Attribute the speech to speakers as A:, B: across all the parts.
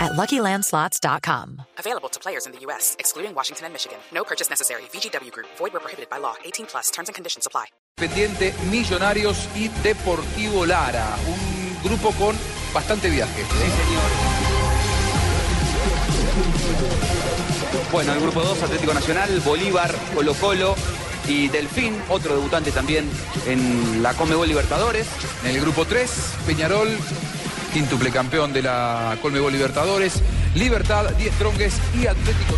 A: at luckylandslots.com.
B: Available to players in the U.S., excluding Washington and Michigan. No purchase necessary. VGW Group, void were prohibited by law. 18 plus terms and conditions apply.
C: Pendiente, Millonarios y Deportivo Lara. Un grupo con bastante viaje.
D: Bueno, el grupo 2, Atlético Nacional, Bolívar, Colo Colo y Delfín, otro debutante también en la Comebol Libertadores.
C: En el grupo 3, Peñarol, quíntuple campeón de la Colmebol Libertadores, Libertad, 10 Trongues y Atlético.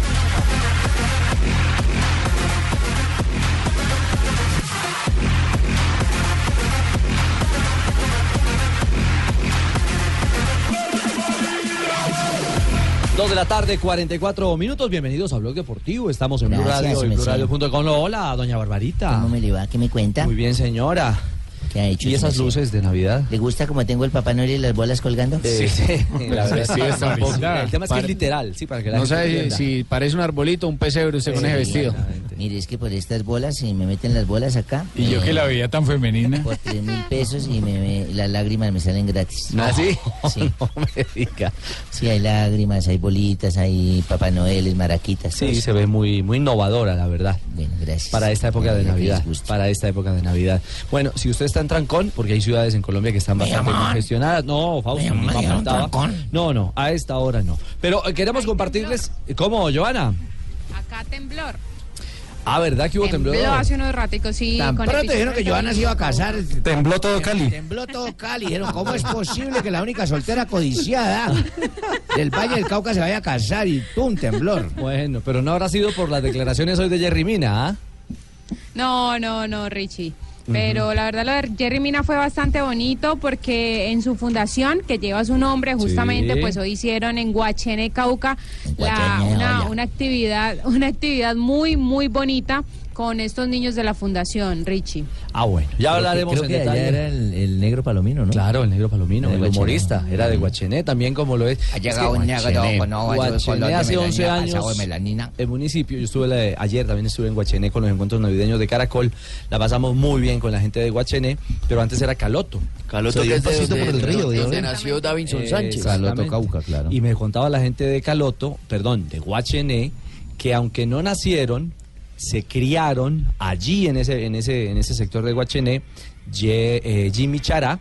E: Dos de la tarde, 44 minutos. Bienvenidos a Blog Deportivo. Estamos en Blue
F: Gracias,
E: Radio y
F: me
E: BlueRadio.com. Hola, doña Barbarita.
F: ¿Cómo me le va? ¿Qué me cuenta?
E: Muy bien, señora.
F: ¿Qué ha hecho?
E: ¿Y esas
F: señor?
E: luces de Navidad?
F: ¿Le gusta como tengo el Papá Noel y las bolas colgando?
E: Eh, la verdad.
G: Sí, es tampoco.
E: El tema es que es
G: Pare-
E: literal, sí, para que la
G: No
E: gente
G: sé
E: entienda.
G: si, si parece un arbolito o un pesebre usted con ese vestido.
E: Exactamente.
F: Mire, es que por este estas bolas, si me meten las bolas acá.
G: Y yo
F: eh,
G: que la veía tan femenina.
F: Por tres mil pesos y me, me- las lágrimas me salen gratis.
E: ¿Ah, sí?
F: Sí.
E: No me diga.
F: Sí, hay lágrimas, hay bolitas, hay Papá Noel, maraquitas.
E: Sí,
F: todo.
E: se ve muy, muy innovadora, la verdad.
F: Bueno, gracias.
E: Para esta época de
F: No me
E: Navidad.
F: disguste.
E: Para esta época de Navidad. Bueno, si usted está en trancón, porque hay ciudades en Colombia que están bastante
F: llamaban.
E: congestionadas. No, Fausto,
F: Me
E: nunca
F: llamaban,
E: faltaba.
F: trancón.
E: No, no, a esta hora no. Pero eh, queremos compartirles. ¿Cómo, Joana?
H: Acá temblor.
E: Ah, ¿verdad que hubo temblor?
H: Tembló hace unos raticos, sí.
I: Tan
H: con
I: pronto
H: epicentro
I: dijeron que
H: en
I: Joana se iba a casar.
D: Tembló todo Cali.
I: Tembló todo Cali. Dijeron, ¿cómo es posible que la única soltera codiciada del Valle del Cauca se vaya a casar? Y tú, un temblor.
E: Bueno, pero no habrá sido por las declaraciones hoy de Jerry Mina, ¿ah?
H: No, no, no, Richie. Pero la verdad lo de Jerry Mina fue bastante bonito porque en su fundación, que lleva su nombre justamente,
E: Sí.
H: pues hoy hicieron en Guachene, Cauca,
F: En
H: la-
F: Guachené,
H: una,
F: hola.
H: una actividad, una actividad muy, muy bonita con estos niños de la fundación, Richie.
E: Ah, bueno. Ya hablaremos
F: Creo
E: en
F: que allá
E: detalle.
F: era el, el negro palomino, ¿no?
E: Claro, el negro palomino,
F: Era
E: el
F: de Guachené.
E: humorista, era de Guachené también como lo es.
I: Ha
E: Es
I: llegado
E: que
I: un negro pues
E: Guachené,
I: con ojos de
E: Guachené
I: color de
E: hace
I: melanina,
E: 11
I: pasado
E: años.
I: de melanina.
E: El municipio, yo estuve la- ayer también estuve en Guachené con los encuentros navideños de Caracol, la pasamos muy bien con la gente de Guachené, pero antes era Caloto.
D: Caloto,
E: que es de Eh,
F: donde- donde
H: nació
D: Davinson
E: Exactamente.
F: Caloto, Cauca, claro.
E: Y me contaba la gente de Caloto, perdón, de Guachené, que aunque no nacieron, se criaron allí en ese, en ese, en ese sector de Guachené, Ye- eh, Jimmy Chará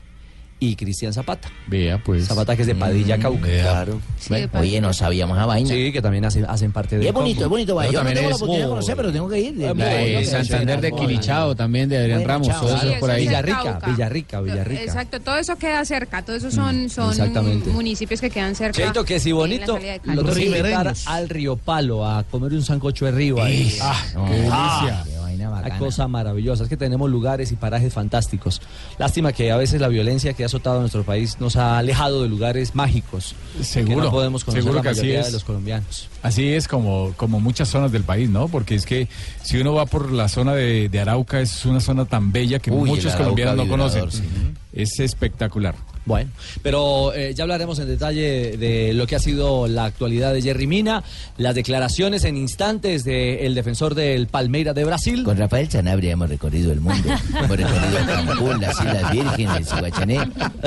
E: y Cristian Zapata.
G: Vea, pues.
E: Zapata que es de Padilla Cauca.
G: Claro.
F: Bueno, oye, no sabíamos a vaina.
E: Sí, que también hacen, hacen parte
F: Y
E: de
F: es bonito, es bonito. Valle. Yo
G: Pero
F: no
G: también
F: tengo la
G: es
F: oportunidad de
G: muy-
F: conocer, pero tengo que ir.
E: Ah,
G: La
E: Bueno,
G: de
E: pero
G: Santander de
E: sí,
G: Quilichao, también de Adrián
F: Bueno,
G: Ramos,
F: chao.
G: todos
F: Sí,
G: esos por ahí.
H: eso es
E: Villarrica,
H: Cauca.
E: Villarrica, Villarrica.
H: Exacto, todo eso queda cerca, todo eso
I: Mm,
H: son, son
E: exactamente.
H: municipios que quedan cerca.
E: Cheito, que si
H: en la
E: bonito,
H: salida de Cali.
E: lo tengo que invitar
I: Ribereños.
E: al Río Palo a comer un sancocho de río ahí.
G: Ah,
F: No,
G: qué
F: ah,
G: delicia.
F: qué vaina
E: Una
F: bacana.
E: cosa maravillosa, es que tenemos lugares y parajes fantásticos. Lástima que a veces la violencia que ha azotado a nuestro país nos ha alejado de lugares mágicos que
G: Seguro,
E: no podemos conocer
G: seguro
E: la
G: que así
E: mayoría
G: es.
E: de los colombianos.
G: Así es como, como muchas zonas del país, ¿no? Porque es que si uno va por la zona de, de Arauca, es una zona tan bella que
F: Uy, el
G: muchos
F: Arauca
G: colombianos no
F: vibrador,
G: conocen. Es espectacular.
E: Bueno, pero eh, ya hablaremos en detalle de lo que ha sido la actualidad de Jerry Mina, las declaraciones en instantes del defensor del Palmeira de Brasil.
F: Con Rafael Sanabria hemos recorrido el mundo. Hemos recorrido Cancún, las Islas Vírgenes, Guachané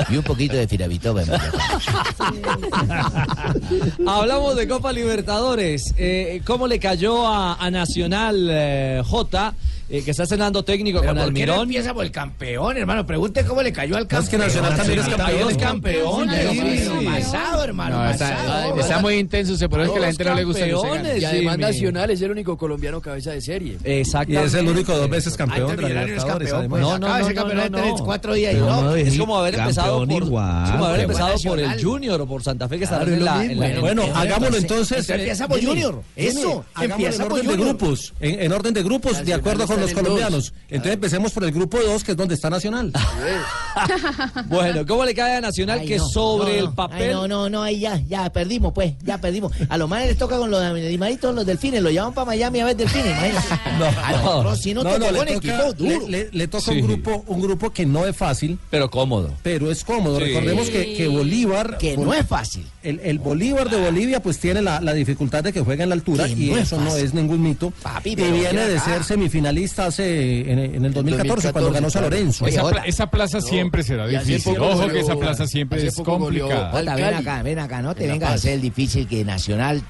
F: y un poquito de Firavitoba. en Boyacá.
E: Hablamos de Copa Libertadores. Eh, ¿Cómo le cayó a, a Nacional eh, J, eh, que está cenando técnico
I: Pero
E: con
I: ¿por qué no
E: Almirón?
I: empieza por el campeón, hermano? Pregunte cómo le cayó al campeón. Es que Nacional
E: también es campeón.
I: campeón.
E: Sí,
I: pero
E: sí,
I: bueno,
E: sí.
I: Pasado, hermano,
G: No,
I: pasado.
G: está, está muy intenso, se pero es que a la gente no le gusta.
E: Los
G: que se gane.
E: campeones, Jimmy.
D: es el único colombiano cabeza de serie.
E: Exactamente.
D: veces
I: Antes Millonarios campeón, pues,
E: No, no,
I: acaba
E: no,
I: ese
E: no,
I: campeonato
E: no, no.
I: en tres, cuatro días y
E: Pero
I: no.
E: no, es como haber empezado por,
D: campeón igual.
E: es como haber
I: Pero
E: empezado
I: igual
E: por el
I: Nacional.
E: Junior o por Santa Fe que estarán en la, en la-
D: Bueno, hagámoslo entonces,
I: Empieza por
D: Jimmy,
I: Junior. Eso,
D: Hagámoslo
I: empieza
D: en
I: por
D: orden de
I: Junior.
D: grupos, en, en orden de grupos, de acuerdo a
J: con los colombianos. Entonces empecemos por el grupo 2, que es donde está Nacional.
E: Bueno, ¿cómo le cae a Nacional
I: Ay,
E: que
I: no,
E: sobre
I: no,
E: el
I: no.
E: papel?
I: Ay, no, no, no, ahí ya, ya perdimos, pues, ya perdimos. A los manes les toca con los animalitos, los delfines, lo llevan para Miami a ver delfines, imagínate. A los otros, si no, te tocó en
J: Ah. le toca,
I: equipo duro.
J: le- le- le toca
E: Sí.
J: un, grupo, un grupo que no es fácil,
E: Pero cómodo.
J: pero es cómodo.
E: Sí.
J: Recordemos que, que Bolívar...
I: Que no es fácil.
J: El, el Bolívar de Bolivia pues tiene la, la dificultad de que juega en la altura
I: Que
J: y
I: no es
J: eso no
I: fácil.
J: es ningún mito.
I: Papi,
J: y
I: pero
J: viene
I: mira
J: de
I: acá.
J: ser semifinalista hace en, en el 2014, cuando ganó San Lorenzo.
G: Esa,
F: Oye,
G: pla- esa plaza siempre será
K: y hace
G: difícil.
K: poco
G: Ojo
K: goleó-
G: que esa plaza siempre
K: hace
G: es
K: poco goleó
G: complicada.
K: al
I: Jota, ven
K: Cali.
I: acá, ven acá, no te
K: En La
I: vengas a
K: Paz.
I: hacer el difícil que Nacional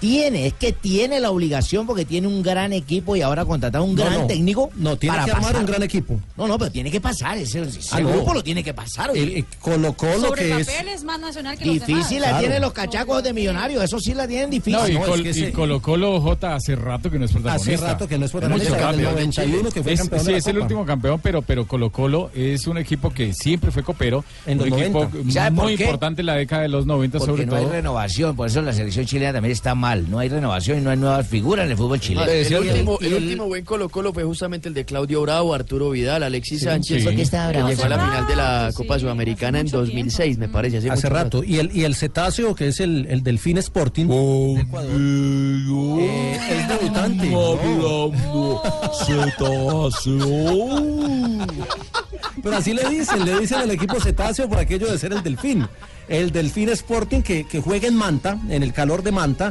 I: tiene, es que tiene la obligación porque tiene un gran equipo y ahora contratar un
J: No,
I: gran
J: no.
I: técnico.
J: No, tiene
I: para
J: que armar
I: pasar.
J: un gran equipo.
I: No, no, pero tiene que pasar, ese, ese
J: Ah, no.
I: grupo lo tiene que pasar. oye.
J: El- el Colo Colo
K: Sobre
J: que es...
K: papel es más nacional que los demás.
I: Difícil la
J: Claro.
I: tienen los cachacos de millonarios, eso sí la tienen difícil.
G: No, y,
J: No, es
G: Col-
J: que
G: y
J: ese-
G: Colo Colo J hace rato que no es protagonista.
J: Hace rato que no es
G: mucho
J: protagonista, en el
G: cambio.
J: 91 que fue
G: Es-
J: campeón
G: sí,
J: de la
G: es el
J: Copa.
G: último campeón, pero, pero Colo Colo es un equipo que siempre fue copero.
J: En
G: un
J: los
G: equipo
J: 90.
I: ¿Sabe por
G: muy
I: qué?
G: importante en la década de los 90
I: Porque
G: sobre
I: no hay
G: todo.
I: renovación, por eso la selección chilena también está mal. No hay renovación y no hay nuevas figuras en el fútbol chileno.
K: El,
E: decía-
K: último, el
I: y el-
K: último buen Colo Colo fue justamente el de Claudio Bravo, Arturo Vidal, Alexis
G: Sí,
K: Sánchez.
G: sí. ¿Por qué
I: estaba
K: que
I: bravo?
K: Llegó a la
I: Hace
K: final de la
H: rato,
K: Copa
H: sí,
K: Sudamericana en
H: hace mucho
K: 2006, me
H: tiempo.
K: parece. Hace,
J: Hace
K: mucho
J: rato. Y el, y el cetáceo, que es el, el delfín Sporting, de Ecuador, eh, es debutante. Pero así le dicen, le dicen al equipo cetáceo por aquello de ser el delfín. El delfín Sporting que, que juega en Manta, en el calor de Manta,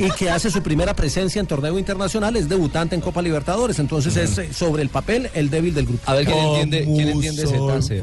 J: y que hace su primera presencia en torneo internacional, es debutante en Copa Libertadores, entonces es eh, sobre el papel el débil del grupo.
E: A ver quién entiende, quién entiende ese tase.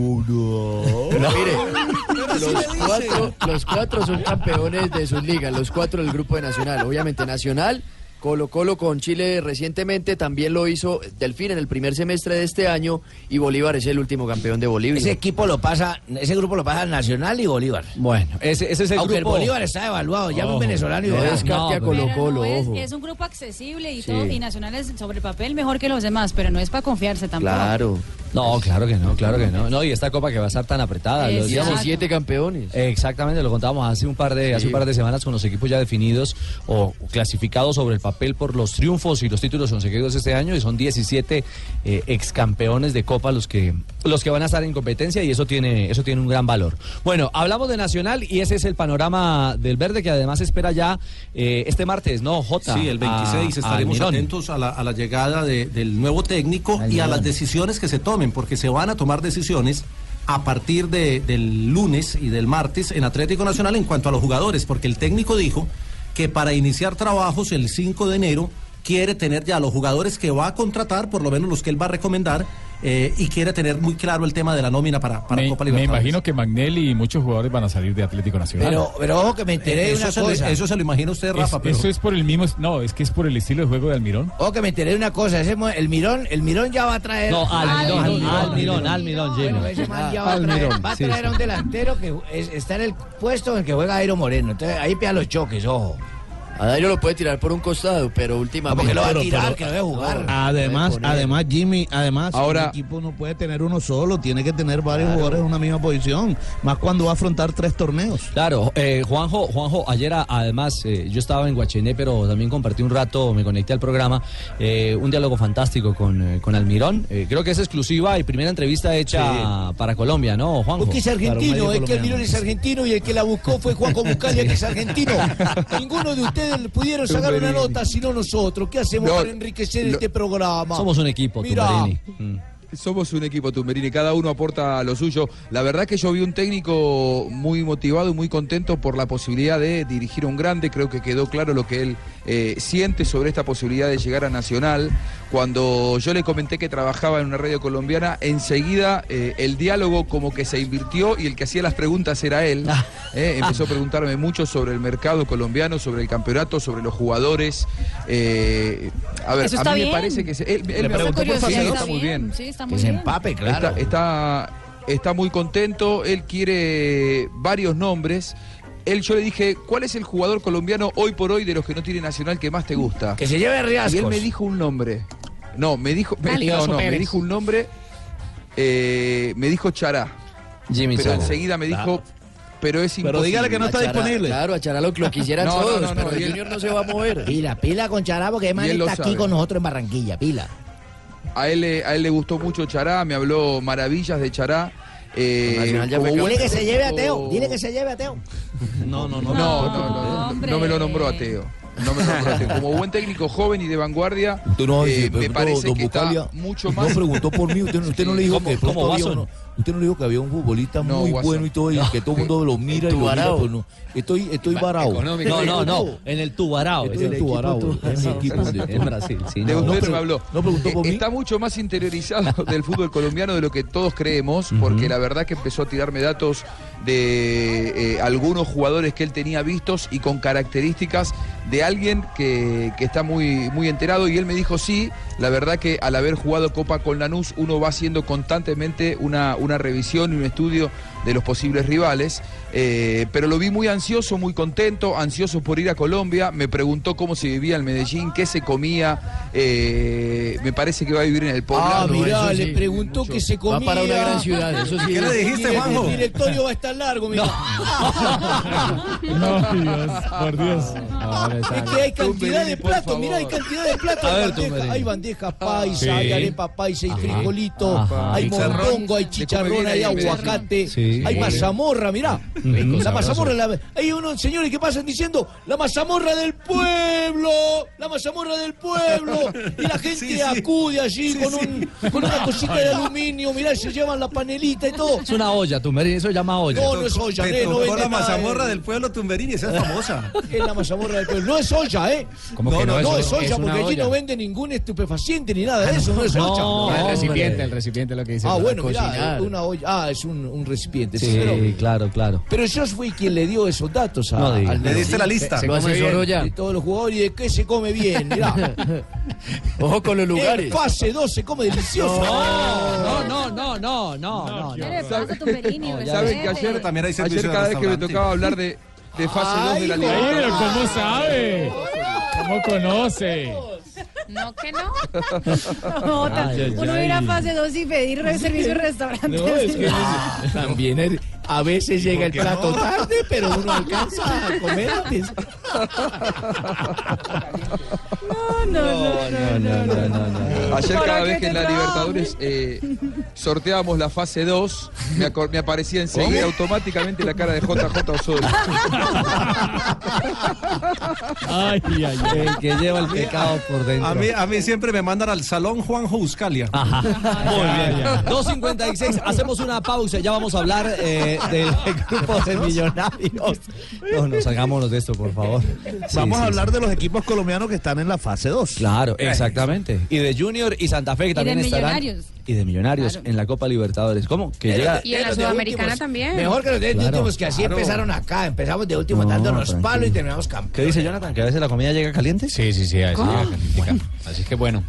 K: No, mire, los cuatro, los cuatro son campeones de sus ligas, los cuatro del grupo de Nacional. Obviamente Nacional, Colo Colo con Chile recientemente, también lo hizo Delfín en el primer semestre de este año y Bolívar es el último campeón de Bolivia.
I: Ese equipo lo pasa, ese grupo lo pasa Nacional y Bolívar.
E: Bueno, ese, ese es el
I: Aunque
E: grupo.
I: el Bolívar está evaluado, llama un
G: Ojo.
I: venezolano y
K: No
I: verá.
K: descarte a
E: no,
K: Colo
L: Pero
K: Colo,
L: no es,
K: ojo.
L: es un grupo accesible y todo, y Nacional es sobre el papel mejor que los demás, pero no es para confiarse tampoco.
K: Claro.
E: No, claro que no, claro que no. No, y esta copa que va a estar tan apretada. lo
L: Exacto.
E: decíamos-
K: 17 campeones.
E: Exactamente, lo contábamos hace un par de hace un par de semanas con los equipos ya definidos o clasificados sobre el papel por los triunfos y los títulos conseguidos este año y son 17 eh, ex campeones de Copa los que los que van a estar en competencia y eso tiene eso tiene un gran valor. Bueno, hablamos de Nacional y ese es el panorama del verde que además espera ya eh, este martes, ¿no? J.
J: Sí, el
G: Ah,
J: 26
E: a- a
J: estaremos
E: Almirón.
J: atentos a la, a la llegada de- del nuevo técnico y a las decisiones que se tomen, porque se van a tomar decisiones a partir de- del lunes y del martes en Atlético Nacional en cuanto a los jugadores, porque el técnico dijo que para iniciar trabajos el 5 de enero quiere tener ya los jugadores que va a contratar, por lo menos los que él va a recomendar, eh, y quiere tener muy claro el tema de la nómina para, para
G: Me,
J: Copa
G: me
J: Libertadores.
G: imagino que Magnelli y muchos jugadores van a salir de Atlético Nacional.
I: Pero, pero ojo que me enteré de
J: Eh,
I: una
J: eso, se lo-
I: cosa.
J: eso se lo imagina usted,
G: Es-
J: Rafa. pero...
G: Eso es por el mismo. No, es que es por el estilo de juego de Almirón.
I: Ojo Oh, que me enteré de una cosa. Ese, mo- el mirón, el mirón ya va a traer.
E: No,
I: Almirón,
E: Almirón, Almirón, Almirón, Almirón, Jimmy.
I: Bueno, ese man ya va a traer,
E: Almirón,
I: va a
E: sí,
I: traer a
E: sí.
I: un delantero que es- está en el puesto en el que juega Airo Moreno. Entonces ahí pega los choques, ojo.
K: A Dairo lo puede tirar por un costado, pero
I: No,
K: últimamente.
I: porque lo va a
K: Pero-
I: tirar,
K: pero-
I: que lo debe jugar.
K: Además- además,
J: Jimmy, además,
C: Ahora-
J: equipo no puede tener uno solo, tiene que tener varios jugadores en una misma posición, más cuando va a afrontar tres torneos.
E: Claro, eh, Juanjo, Juanjo, ayer a- además eh, yo estaba en Guachené, pero también compartí un rato, me conecté al programa, eh, un diálogo fantástico con, eh, con Almirón. Eh, creo que es exclusiva y primera entrevista hecha para Colombia, ¿no, Juanjo?
I: Porque es
J: Claro,
I: argentino,
J: medio
I: es que el mirón
J: colombiano.
I: es argentino y el que la buscó fue Juan Comucalia, que es argentino. Ninguno de ustedes pudieron sacar una nota, sino nosotros. ¿Qué hacemos
C: No,
I: para enriquecer
C: lo-
I: este programa?
E: Somos un equipo,
I: Mira.
E: Tumbarini. Mm.
C: Somos un equipo Tumberini, cada uno aporta lo suyo. La verdad que yo vi un técnico muy motivado y muy contento por la posibilidad de dirigir a un grande. Creo que quedó claro lo que él eh, siente sobre esta posibilidad de llegar a Nacional. Cuando yo le comenté que trabajaba en una radio colombiana, enseguida eh, el diálogo como que se invirtió y el que hacía las preguntas era él. Eh, empezó a preguntarme mucho sobre el mercado colombiano, sobre el campeonato, sobre los jugadores. Eh, a ver,
L: Eso
C: a
L: está
C: mí me
L: bien.
C: parece que se- él, él
L: Esa
C: me preguntó por
L: curiosidad
C: Sacerdote,
L: está
C: está muy bien.
L: Sí, está
I: Que
L: muy
I: se
L: bien.
I: empape, claro.
C: Está, está, está muy contento, él quiere varios nombres. Él, yo le dije, ¿cuál es el jugador colombiano hoy por hoy de los que no tiene Nacional que más te gusta?
I: Que se lleve a
C: Y
I: Riascos.
C: él me dijo un nombre. No, me dijo, me-
K: Validoso
C: no, no, me
K: Pérez.
C: dijo un nombre, eh, me dijo Chará,
E: Jimmy
C: pero
E: Chara.
C: enseguida me dijo, pero es imposible.
K: A Chará, Claro, a Chará lo, lo quisieran
C: No, no,
K: todos,
C: no, no,
K: pero el
C: y él-
K: Junior no se va a mover.
I: Pila, pila con Chará, porque además
C: Y él lo
I: está aquí
C: sabe.
I: con nosotros en Barranquilla, pila.
C: A él, le- a él le gustó mucho Chará, me habló maravillas de Chará. eh,
I: Nacional ya
C: como
I: fue
C: buen-
I: Dile que se lleve a Teo, dile que se lleve a Teo.
E: No, no,
C: no, no, no, no, me lo nombró ateo. No me lo nombró ateo. Como buen técnico joven y de vanguardia,
M: Usted no,
C: eh,
M: eh,
C: me
M: preguntó,
C: parece
M: don
C: que
M: Bocalia,
C: está mucho
M: No
C: más.
M: preguntó por mí, usted, no- usted no le dijo que de
E: ¿cómo
M: pronto había
E: Watson?
M: uno- usted no le dijo que había un futbolista
E: No,
M: muy
E: Watson.
M: bueno y todo, y que todo el mundo lo mira y lo mira,
E: Tubarao.
M: pues no. Estoy,
I: Eh,
M: estoy varado.
E: No, no, no. En el Tubarao.
M: Estoy en Tubarao, es mi equipo donde estoy.
E: En Brasil, sí.
C: de
E: no.
C: usted
E: No,
C: se
E: pero-
C: me habló. Eh, Está mucho más interiorizado del fútbol colombiano de lo que todos creemos, porque la verdad que empezó a tirarme datos de eh, algunos jugadores que él tenía vistos y con características de alguien que, que está muy, muy enterado. Y él me dijo, sí, la verdad que al haber jugado Copa con Lanús, uno va haciendo constantemente una, una revisión y un estudio de los posibles rivales. Eh, pero lo vi muy ansioso, muy contento, ansioso por ir a Colombia. Me preguntó cómo se vivía en Medellín, qué se comía. Eh, me parece que va a vivir en el Poblado.
M: Ah, mirá,
C: Eso
M: le
C: sí.
M: preguntó que se comía.
C: Va para una gran ciudad, eso sí. ¿Qué le dijiste,
M: Mire,
C: Juanjo?
M: El directorio va a estar largo, mira.
G: No, Dios, por Dios.
C: Ah,
M: Es que hay cantidad de platos, mira, hay cantidad de platos.
G: A
M: hay
G: ver, tú,
M: bandeja-
G: Merene.
M: hay bandeja paisa,
C: Ah,
M: hay
G: Sí.
M: arepa paisa, hay
G: Ajá.
M: frijolito,
G: Ajá.
M: hay
G: Chicharrón.
M: mondongo, hay
G: Se come
M: chicharrón,
G: bien
M: hay
G: ahí en Medellín.
M: aguacate,
G: Sí.
M: hay
G: Sí.
M: mazamorra, mirá.
G: Rico,
M: La
G: sabroso.
M: mazamorra, la- hay unos señores que pasan diciendo, la mazamorra del pueblo, la mazamorra del pueblo. Y la gente acude allí con, un, con una cosita de aluminio, mirá, se llevan la panelita y todo.
E: Es una olla, Tumberini, eso se llama olla.
M: No, no es olla,
E: Te
M: eh, no
E: tocó
M: vende
E: la
M: nada,
E: mazamorra
M: eh.
E: del pueblo Tumberini, esa es famosa.
M: Es la mazamorra del pueblo. No es olla, ¿eh?
E: ¿Cómo
M: no,
E: que
M: no,
E: no?
M: no
E: Es
M: es olla,
E: una
M: porque allí
E: olla. Ah,
M: no vende ningún estupefaciente ni nada de eso. No es
E: no,
M: olla.
E: no, el recipiente,
M: el recipiente es lo que dice. Ah,
E: para
M: bueno, mirá,
E: cocinar.
M: eh, una olla. Ah, es un, un recipiente. sí,
E: Sí,
M: pero,
E: claro, claro.
M: pero yo fui quien le dio esos datos a,
E: No diga.
M: al
E: Le diste la lista.
M: Se,
E: Lo
M: come
E: asesoró
M: bien
E: ya.
M: De todos los jugadores y de qué se come bien, mirá.
K: Ojo con los lugares.
M: El pase 2 se come delicioso.
E: No, no, no, no, no, no.
C: No, Saben que ayer,
E: También hay
C: ayer
E: servicio de
C: cada vez que me
E: restaurante.
C: tocaba hablar de, de fase 2 de la Liga.
G: Pero ¿cómo sabe? ¿Cómo conoce?
H: No, que no.
L: Jota,
G: Ay, ay,
L: uno
G: ay.
L: ir a fase 2 y pedir re- servicio en restaurantes.
E: Ah,
I: También el- a veces llega el plato tarde, pero uno alcanza a comer antes.
L: No, no, no. no, no, no,
C: Ayer
L: ¿Para
C: cada
L: qué
C: vez que en la
L: tendrá
C: Libertadores eh, sorteábamos la fase 2, me, acor- me aparecía enseguida automáticamente la cara de JJ Osorio.
E: Ay, ay, ay. El que lleva el pecado por dentro.
J: A mí, a mí siempre me mandan al salón Juanjo Buscalia.
E: Muy bien. 2.56, hacemos una pausa y ya vamos a hablar eh, del grupo de millonarios. No, no, salgámonos de esto, por favor. Sí,
N: Vamos
E: sí,
N: a hablar de los equipos colombianos que están en la fase 2.
E: Claro, exactamente. Y de Junior y Santa Fe que
H: Y
E: también
H: de
E: estarán.
H: Millonarios. Eh,
E: Y de Millonarios en la Copa Libertadores. ¿Cómo? Que llega.
H: Y en la
I: Pero de
H: Sudamericana
I: últimos,
H: también.
I: Mejor que los de
E: Claro,
I: últimos, que así
E: claro.
I: empezaron acá. Empezamos de último
E: No,
I: dándonos
E: tranquilo.
I: palo y terminamos campeón.
E: ¿Qué dice Jonathan? ¿Que a veces la comida llega caliente? Sí, sí, sí.
I: veces llega
E: Así que bueno.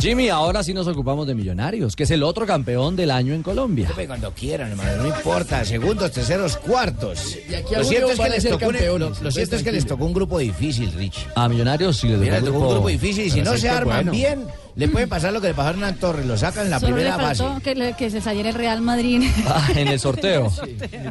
E: Jimmy, ahora sí nos ocupamos de Millonarios, que es el otro campeón del año en Colombia.
I: Cuando quieran, hermano, no importa. Segundos, terceros, cuartos.
E: aquí a
I: Lo cierto
E: junio
I: es que
E: van a
I: les
E: ser
I: tocó un- e- lo-
E: campeones,
I: lo
E: ustedes
I: cierto es que les
E: tranquilos.
I: tocó un grupo difícil, Rich.
E: A Millonarios sí le tocó
I: Mira,
E: un
I: tocó un
E: grupo-
I: grupo difícil y si
E: Pero
I: no
E: sí
I: se
E: fue
I: arman
E: bueno. Mm.
I: bien, le puede pasar lo que le pasó a Hernán Torres. Lo sacan en la
L: Solo
I: primera
L: le
I: base.
L: faltó que, le- que se saliera el Real Madrid.
E: Ah, en el sorteo.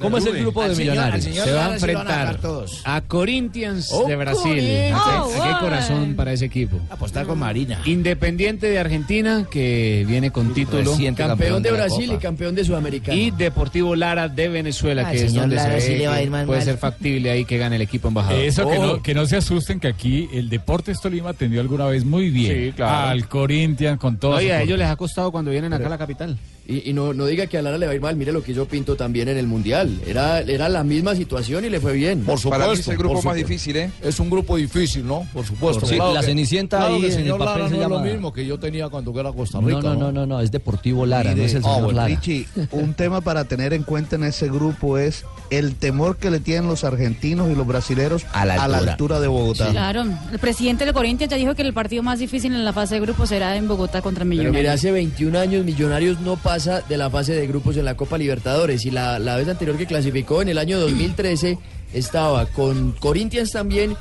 L: ¿Cómo es el grupo de
N: Al señor-
L: Millonarios?
N: al
L: Se va
N: Lara
L: a
N: sí lo van
L: enfrentar
N: ganar todos. a Corinthians
L: Oh,
N: de Brasil.
L: Corinthians.
N: Aquí hay
L: Oh,
N: corazón
L: wow.
N: para ese equipo.
I: Apostar con Marina.
N: Independiente de Argentina, que viene con título.
K: Campeón, de Brasil y campeón de Sudamericana.
N: Y Deportivo Lara de Venezuela,
K: Al
N: que es
K: señor
N: donde
K: Lara
N: se
K: sí
N: ve
K: le va a
N: que
K: ir más
N: puede
K: mal.
N: ser factible ahí que gane el equipo embajador. Oh,
G: Eso que
N: Ojo.
G: no, que no se asusten que aquí el Deportes Tolima atendió alguna vez muy bien
N: Sí, claro.
G: al Corinthians con todo.
N: Oye,
G: su
N: a ellos
G: cor-
N: les ha costado cuando vienen acá a la capital.
K: Y, y no, no diga que a Lara le va a ir mal, mire lo que yo pinto también en el Mundial. Era, era la misma situación y le fue bien. Por
C: Para mí es el grupo más difícil, ¿eh?
M: Es un grupo difícil, ¿no? Por supuesto.
E: Sí, la Cenicienta
M: claro
E: ahí
M: que
E: en
M: señor
E: el papel se
M: Lara no es
E: llama-
M: lo mismo que yo tenía cuando era Costa
E: No,
M: Rica.
E: no, no, no, no, es Deportivo Lara, no
O: Mire,
E: es el
O: ah,
E: señor
O: bueno,
E: Lara.
O: Richie, un tema para tener en cuenta en ese grupo es el temor que le tienen los argentinos y los brasileros a la altura, de Bogotá.
L: Claro, el presidente del Corinthians ya dijo que el partido más difícil en la fase de grupo será en Bogotá contra
K: Pero mire,
L: Millonarios.
K: hace 21 años Millonarios no pasa de la fase de grupos en la Copa Libertadores y la, la vez anterior que clasificó en el año 2013 estaba con Corinthians también,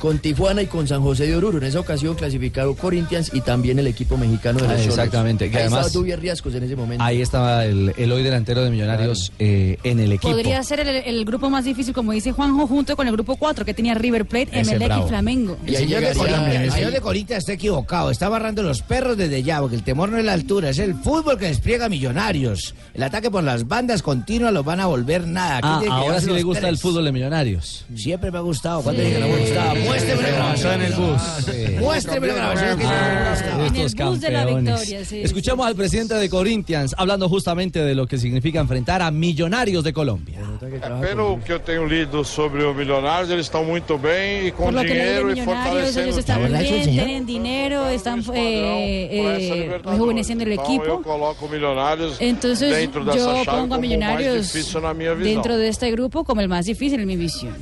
K: con Tijuana y con San José de Oruro. En esa ocasión clasificado Corinthians y también el equipo mexicano de
E: Ah,
K: los Cholos.
E: exactamente, que
K: Ahí estaba
E: además-
K: Dubier Riascos en ese momento.
E: Ahí estaba el, el hoy delantero de Millonarios eh, en el equipo.
L: Podría ser el, el grupo más difícil, como dice Juanjo, junto con el grupo 4 que tenía River Plate,
E: Ese
L: Emelec y
E: bravo.
L: Flamengo.
I: El señor, de Corinthians, el señor de Corinthians está equivocado, está barrando los perros desde ya, porque el temor no es la altura, es el fútbol que despliega millonarios. El ataque por las bandas continua los van a volver nada. Aquí
E: Ah,
I: tiene que
E: ahora
I: llevarse
E: sí le
I: los
E: gusta el
I: tres.
E: fútbol de Millonarios.
I: Siempre me ha gustado. ¿Cuándo dije que no me gustaba? Muéstreme la
E: Pasó
I: grabación.
E: en el bus.
I: Muéstreme la grabación que yo no me gustaba.
E: Ah, Estos
I: En el bus de la
E: campeones.
I: victoria, sí,
E: Escuchamos al presidente de Corinthians hablando justamente de lo que significa enfrentar a Millonarios de Colombia.
P: Pelo que eu tenho lido sobre o Milionários, eles estão muito bem e com
L: Por lo que le
P: dinheiro
L: de
P: e
L: Millonarios,
P: fortalecendo
L: ellos
P: o time.
L: están muy bien, tienen dinero, están eh, eh, rejuveneciendo el
P: Então eu
L: equipo.
P: coloco o Milionários
L: Entonces
P: dentro dessa chave
L: yo
P: como
L: pongo a
P: o mais
L: Millonarios
P: difícil na minha visão.
L: dentro de este grupo como el más difícil en mi visión.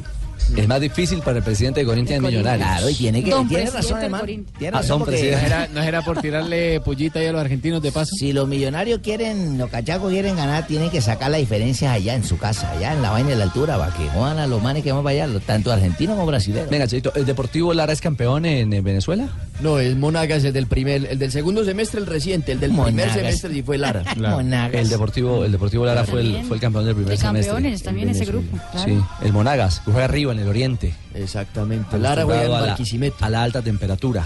E: Es más difícil para el presidente de Corinthians Millonarios.
L: Claro, y tiene
N: que-
L: Don
N: tiene
L: presidente
N: razón,
L: del
N: hermano.
L: Corinthians.
N: Tiene
I: Ah,
E: razón,
N: porque no era- no era por tirarle pollita ahí a los argentinos de paso.
I: Si los millonarios quieren, los cachacos quieren ganar, tienen que sacar las diferencias allá en su casa, allá en la vaina de la altura, para que juegan a los manes que van para allá, tanto argentinos como brasileños.
E: Venga, Cheito, ¿el Deportivo Lara es campeón en, eh, Venezuela?
K: No, es Monagas el del primer, el del segundo semestre el reciente, el del
E: Monagas.
K: primer semestre sí fue Lara.
E: El Deportivo, el Deportivo Lara fue el,
L: También.
E: fue el campeón del primer
L: De
E: semestre.
L: campeones también ese grupo. claro.
E: Sí, el Monagas, que juega arriba en el oriente.
K: Exactamente.
E: Lara
K: juega en
E: Barquisimeto. A la alta temperatura.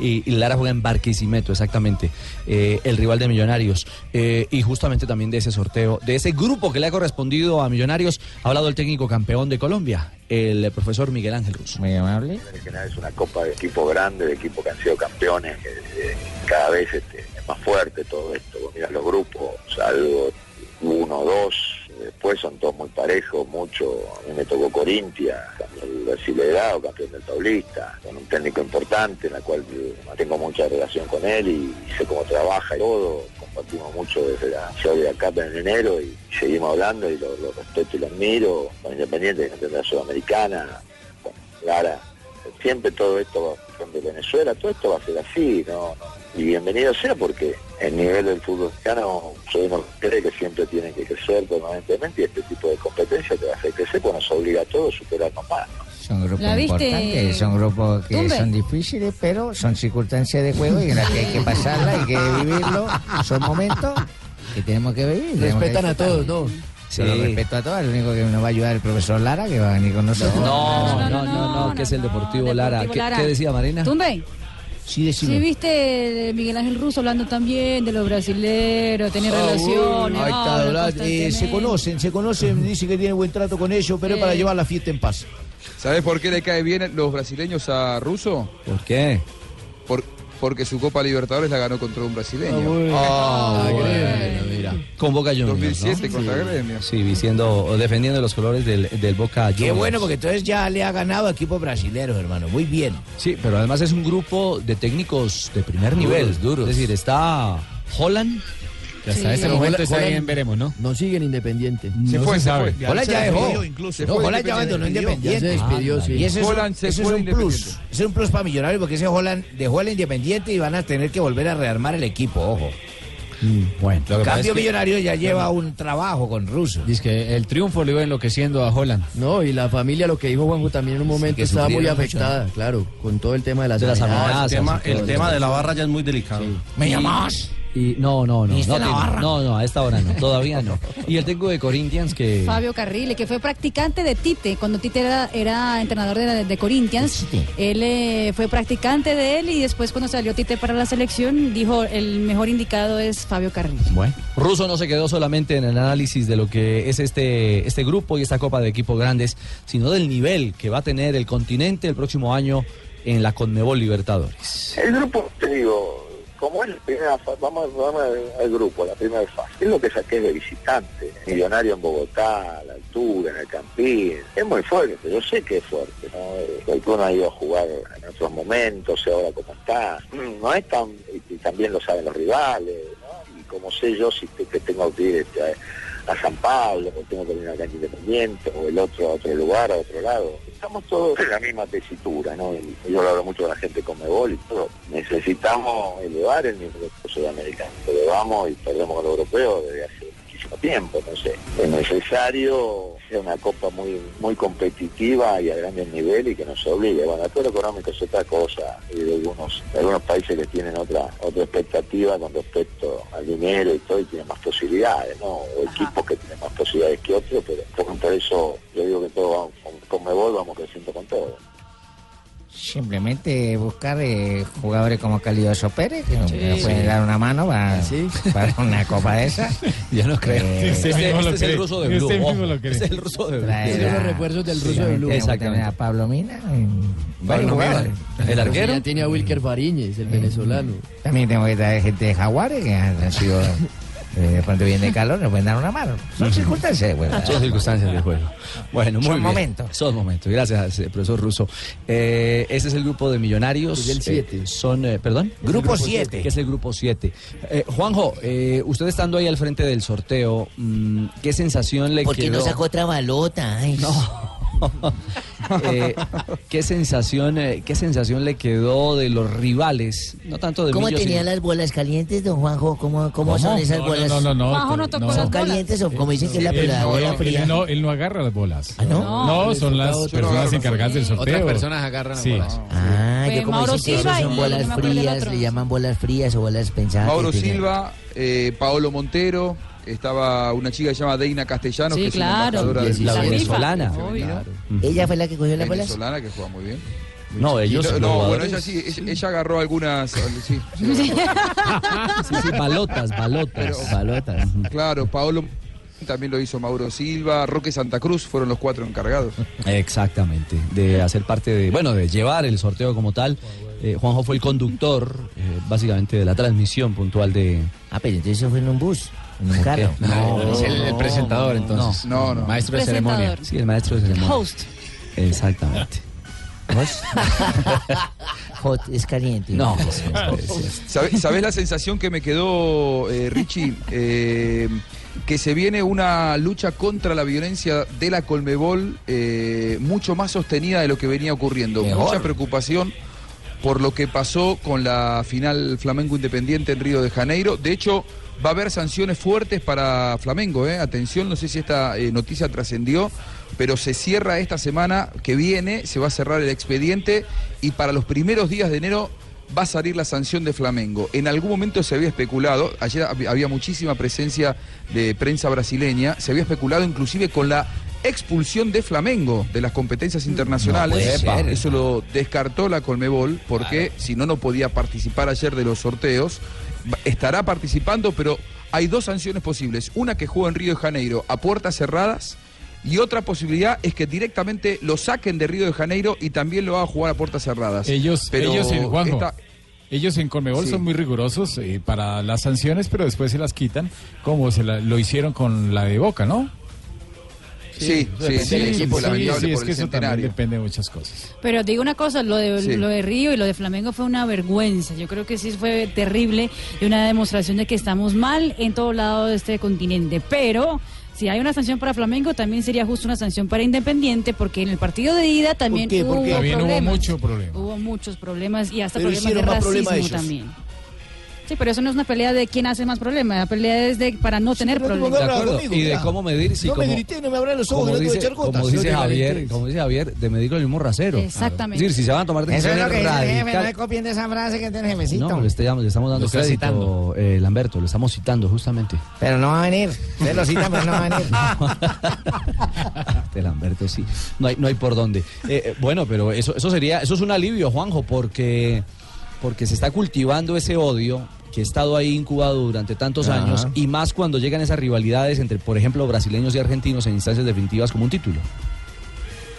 E: Y, y Lara juega en Barquisimeto, exactamente. Eh, el rival de Millonarios. Eh, y justamente también de ese sorteo, de ese grupo que le ha correspondido a Millonarios, ha hablado el técnico campeón de Colombia, el profesor Miguel Ángel Russo. Muy amable.
Q: que nada, es una copa de equipo grande, de equipos que han sido campeones, que eh, cada vez este, es más fuerte todo esto. Vos mirás los grupos, salvo uno o dos, después son todos muy parejos, mucho. A mí me tocó Corintia, campeón del Brasileirao, campeón del Paulista, con un técnico importante, en la cual eh, mantengo mucha relación con él y sé cómo trabaja y todo. Compartimos mucho desde la ciudad de acá en enero y seguimos hablando y lo, lo respeto y lo admiro. Con Independiente, campeón de la Sudamericana, con Lara siempre todo esto va son de Venezuela, todo esto va a ser así, ¿no? Y bienvenido sea porque el nivel del fútbol mexicano, yo uno cree que siempre tiene que crecer permanentemente y este tipo de competencia te va a hacer crecer, pues nos obliga a todos a superarnos más.
R: Son
L: ¿La
R: grupos
L: viste,
R: importantes, son grupos que
L: Tumbe?
R: son difíciles, pero son circunstancias de juego y en las que hay que pasarla, hay que vivirlo. Son momentos que tenemos que vivir. tenemos que
K: Respetan a
R: disfrutar.
K: todos, ¿no?
R: Sí. Yo lo respeto a todos, lo único que nos va a ayudar el profesor Lara, que va a venir con nosotros.
E: No, no, no, no, que es el Deportivo, Lara.
L: Deportivo
E: ¿Qué,
L: Lara.
E: qué decía Marina?
L: Tumbe,
R: Sí,
L: sí viste eh, Miguel Ángel Russo hablando también de los brasileros, tener relaciones.
I: Ah, Ahí está,
L: habla
I: ¿verdad? Eh, se
L: constantemente.
I: conocen, se conocen, dice que tiene buen trato con ellos, pero es para
L: Sí.
I: llevar la fiesta en paz.
C: ¿Sabes por qué le cae bien los brasileños a Russo?
E: ¿Por qué?
C: porque su Copa Libertadores la ganó contra un brasileño.
E: Ah, bueno, mira. Con Boca Juniors.
C: 2007 contra Gremio.
E: Sí, diciendo, o defendiendo los colores del, del Boca Juniors.
I: Qué bueno, porque entonces ya le ha ganado a equipos brasileños, hermano. Muy bien.
E: Sí, pero además es un grupo de técnicos de primer nivel.
K: duros.
E: Es decir, está Holland. este
K: Ya está, Sí. ese momento está ahí en
E: veremos, ¿no?
K: No siguen Independiente.
E: Se fue, se fue.
I: Holland ya dejó.
K: incluso.
I: no, Holland ya abandonó Independiente.
K: Ya
I: Ah,
K: se despidió, sí.
I: Y ese es, un-
K: Holland se
I: ese es
K: fue de
I: un plus. Ese es un plus para Millonarios porque ese Holland dejó el Independiente y van a tener que volver a rearmar el equipo, ojo. Mm.
N: Bueno,
I: En cambio, Millonarios ya lleva un trabajo con Russo.
N: Dice que el triunfo lo iba enloqueciendo a Holland.
K: No, y la familia, lo que dijo Juanjo también en un momento,
N: que
K: estaba muy
N: sufrieron
K: afectada, claro, con todo el tema de las,
N: De las
K: amenazas.
N: amenazas
J: el tema,
K: y todo
J: el tema de la barra ya es muy delicado.
E: ¿Me llamás? Y, no, no, no.
J: ¿Viste
E: No,
J: la
E: Tino,
J: barra?
E: no, no, a esta hora no. Todavía no. Y el técnico de Corinthians que...
L: Fabio Carrile, que fue practicante de Tite, cuando Tite era, era entrenador de, la- de Corinthians, él eh, fue practicante de él y después cuando salió Tite para la selección dijo el mejor indicado es Fabio Carrile.
E: Bueno. Russo no se quedó solamente en el análisis de lo que es este, este grupo y esta Copa de Equipos Grandes, sino del nivel que va a tener el continente el próximo año en la Conmebol Libertadores.
Q: El grupo, te digo, como es la primera fase, vamos, vamos al, al grupo, la primera fase. Es lo que saqué de visitante. Millonario en Bogotá, a la altura, en el Campín. Es muy fuerte, yo sé que es fuerte. ¿no? Eh, Cualquiera ha ido a jugar en otros momentos, y ahora como está. Mm, No es tan, y, y también lo saben los rivales, ¿no? Y como sé yo si te- que tengo que ir este, a, a San Pablo, o tengo que ir a la cancha independiente, o el otro a otro lugar, a otro lado estamos todos en la misma tesitura, ¿no? Y yo lo hablo mucho con la gente con Mebol y todo. Necesitamos elevar el nivel sudamericano. Lo elevamos y perdemos con los europeos desde hace muchísimo tiempo, no sé. Es necesario ser una copa muy muy competitiva y a grandes niveles y que nos obligue. Bueno, después lo económico es otra cosa. Y de algunos, de algunos países que tienen otra otra expectativa con respecto al dinero y todo y tienen más posibilidades, ¿no? O equipos que tienen más posibilidades que otros, pero por, por eso yo digo que todo con Mebol vamos creciendo con todo.
R: Simplemente buscar eh, jugadores como Calidoso Pérez, que nos
F: Sí.
R: nos pueden
F: Sí.
R: dar una mano para, para una copa de esa.
E: Yo no creo.
R: Eh,
E: Este- este es el ruso de Blue. Eh, ojo. Este es el ruso de Blue.
R: Traer a-
E: de
R: tenemos que tener
E: Exactamente.
R: a Pablo Mina. y- Bueno,
E: Pablo Mina,
R: bueno.
E: el arquero.
K: Ya tiene a Wilker Fariñez, el venezolano.
R: También tengo que traer gente de Jaguares, que han han sido. eh, de pronto viene calor, nos pueden dar una mano. Son circunstancias de
F: Ah.
R: juego.
E: Son circunstancias del juego. Bueno, muy
R: Son
E: bien.
R: momentos.
E: Son momentos. Gracias, eh, profesor Russo. Eh, este es el grupo de millonarios.
R: Es el
E: Eh,
R: siete.
E: son, eh, perdón.
R: el grupo siete.
E: Que es el grupo 7. Juanjo, eh, usted estando ahí al frente del sorteo, mm, ¿qué sensación le
F: ¿Por qué
E: quedó?
F: no sacó otra balota? Ay,
E: Eh, ¿qué, sensación, eh, ¿Qué sensación le quedó de los rivales? No tanto de
F: ¿Cómo
E: Millos,
F: tenía
E: sino-
F: las bolas calientes, don Juanjo? ¿Cómo, cómo, son esas bolas? ¿Son calientes o como dicen que es la
G: él,
F: pelada
G: no,
F: bola
G: él
F: fría?
G: no, él no agarra las bolas.
F: no?
G: No,
N: pues,
G: son las personas encargadas del sorteo.
N: Otras personas agarran las
G: Sí.
N: bolas. Pues,
F: Ah, yo como
N: Mauro
F: dicen que esas
N: Silva
F: son
N: y- no
F: bolas
N: me acuerdo del
F: frías,
N: otro.
F: le llaman bolas frías o bolas
E: Ah,
F: pensadas.
C: Mauro
F: que tienen.
C: Silva, eh, Paolo Montero, estaba una chica que se llama Deina Castellanos,
F: Sí,
C: que es
F: claro.
C: una embajadora del
F: La
C: fútbol
F: venezolana.
C: femenino.
F: ¿Ella fue la que cogió las bolas?
C: Venezolana que juega muy bien.
E: No, ellos
C: No,
E: son
C: no, bueno,
E: jugadores.
C: ella sí, ella, ella agarró algunas. Sí,
E: Sí, sí, balotas, balotas, balotas.
C: Claro, Paolo también lo hizo Mauro Silva, Roque Santa Cruz fueron los cuatro encargados.
E: Exactamente, de hacer parte de, bueno, de llevar el sorteo como tal. Eh, Juanjo fue el conductor, eh, básicamente, de la transmisión puntual de...
F: Ah, pero entonces eso fue en un bus, en un carro.
E: No,
N: Es el- el presentador, entonces.
E: No,
N: no. Maestro de Presentador. ceremonia.
E: Sí, el maestro de ceremonia.
N: Host.
E: Exactamente.
F: Hot, es caliente.
E: No.
C: ¿Sabes, sabes la sensación que me quedó, eh, Richie? Eh, que se viene una lucha contra la violencia de la Colmebol eh, mucho más sostenida de lo que venía ocurriendo.
R: Mejor.
C: Mucha preocupación por lo que pasó con la final Flamengo Independiente en Río de Janeiro. De hecho, va a haber sanciones fuertes para Flamengo. ¿eh? Atención, no sé si esta eh, noticia trascendió, pero se cierra esta semana que viene, se va a cerrar el expediente y para los primeros días de enero va a salir la sanción de Flamengo. En algún momento se había especulado, ayer hab- había muchísima presencia de prensa brasileña, se había especulado inclusive con la expulsión de Flamengo de las competencias internacionales.
F: puede ser.
C: Eso lo descartó la Colmebol porque si no, no podía participar ayer de los sorteos. Va- Estará participando, pero hay dos sanciones posibles. Una que juega en Río de Janeiro a puertas cerradas y otra posibilidad es que directamente lo saquen de Río de Janeiro y también lo hagan jugar a puertas cerradas.
G: Ellos,
C: pero
G: ellos en Juanjo,
C: esta-
G: ellos en Conmebol
C: Sí.
G: son muy rigurosos eh, para las sanciones, pero después se las quitan, como se la- lo hicieron con la de Boca, ¿no?
C: Sí, sí,
G: sí,
C: sí,
G: sí,
C: por la-
G: sí,
C: lamentable,
G: es
C: por
G: que eso
C: el
G: también
C: centenario.
G: depende de muchas cosas.
L: Pero digo una cosa, lo de,
G: Sí.
L: lo de Río y lo de Flamengo fue una vergüenza. Yo creo que sí fue terrible y una demostración de que estamos mal en todo lado de este continente. Pero si hay una sanción para Flamengo, también sería justo una sanción para Independiente, porque en el partido de ida también
G: qué?
L: hubo
G: ¿Por qué? También hubo
L: problemas.
G: mucho problema.
L: Hubo muchos problemas y hasta
K: Pero
L: problemas de
K: hicieron más
L: racismo
K: problema ellos.
L: también. Sí, pero eso no es una pelea de quién hace más problemas, la pelea es de para no tener
I: pero no te
L: problemas.
E: De acuerdo,
I: conmigo,
E: y de
I: mira.
E: cómo medir si
I: No me
E: como-
I: grité, no me abran los ojos,
E: como
I: que no te voy a
E: dice,
I: echar gotas.
E: como dice
I: No te
E: Javier,
I: valentes.
E: como dice Javier, de medir con el mismo rasero.
L: Exactamente.
E: Es decir, si se van a tomar
R: Eso es
E: decisiones
R: lo que dice el jefe, no
E: radicales.
R: me copien de esa frase que tiene el jefecito.
E: No, le, estamos- le estamos dando
R: Lo está
E: crédito, eh, Lamberto, lo estamos citando justamente.
R: Pero no va a venir. Usted lo cita, pero no va a venir.
E: De Lamberto, sí. No hay, no hay por dónde. Eh, eh, bueno, pero eso, eso sería, eso es un alivio, Juanjo, porque, porque se está cultivando ese odio que ha estado ahí incubado durante tantos
R: Ajá.
E: años y más cuando llegan esas rivalidades entre, por ejemplo, brasileños y argentinos en instancias definitivas como un título.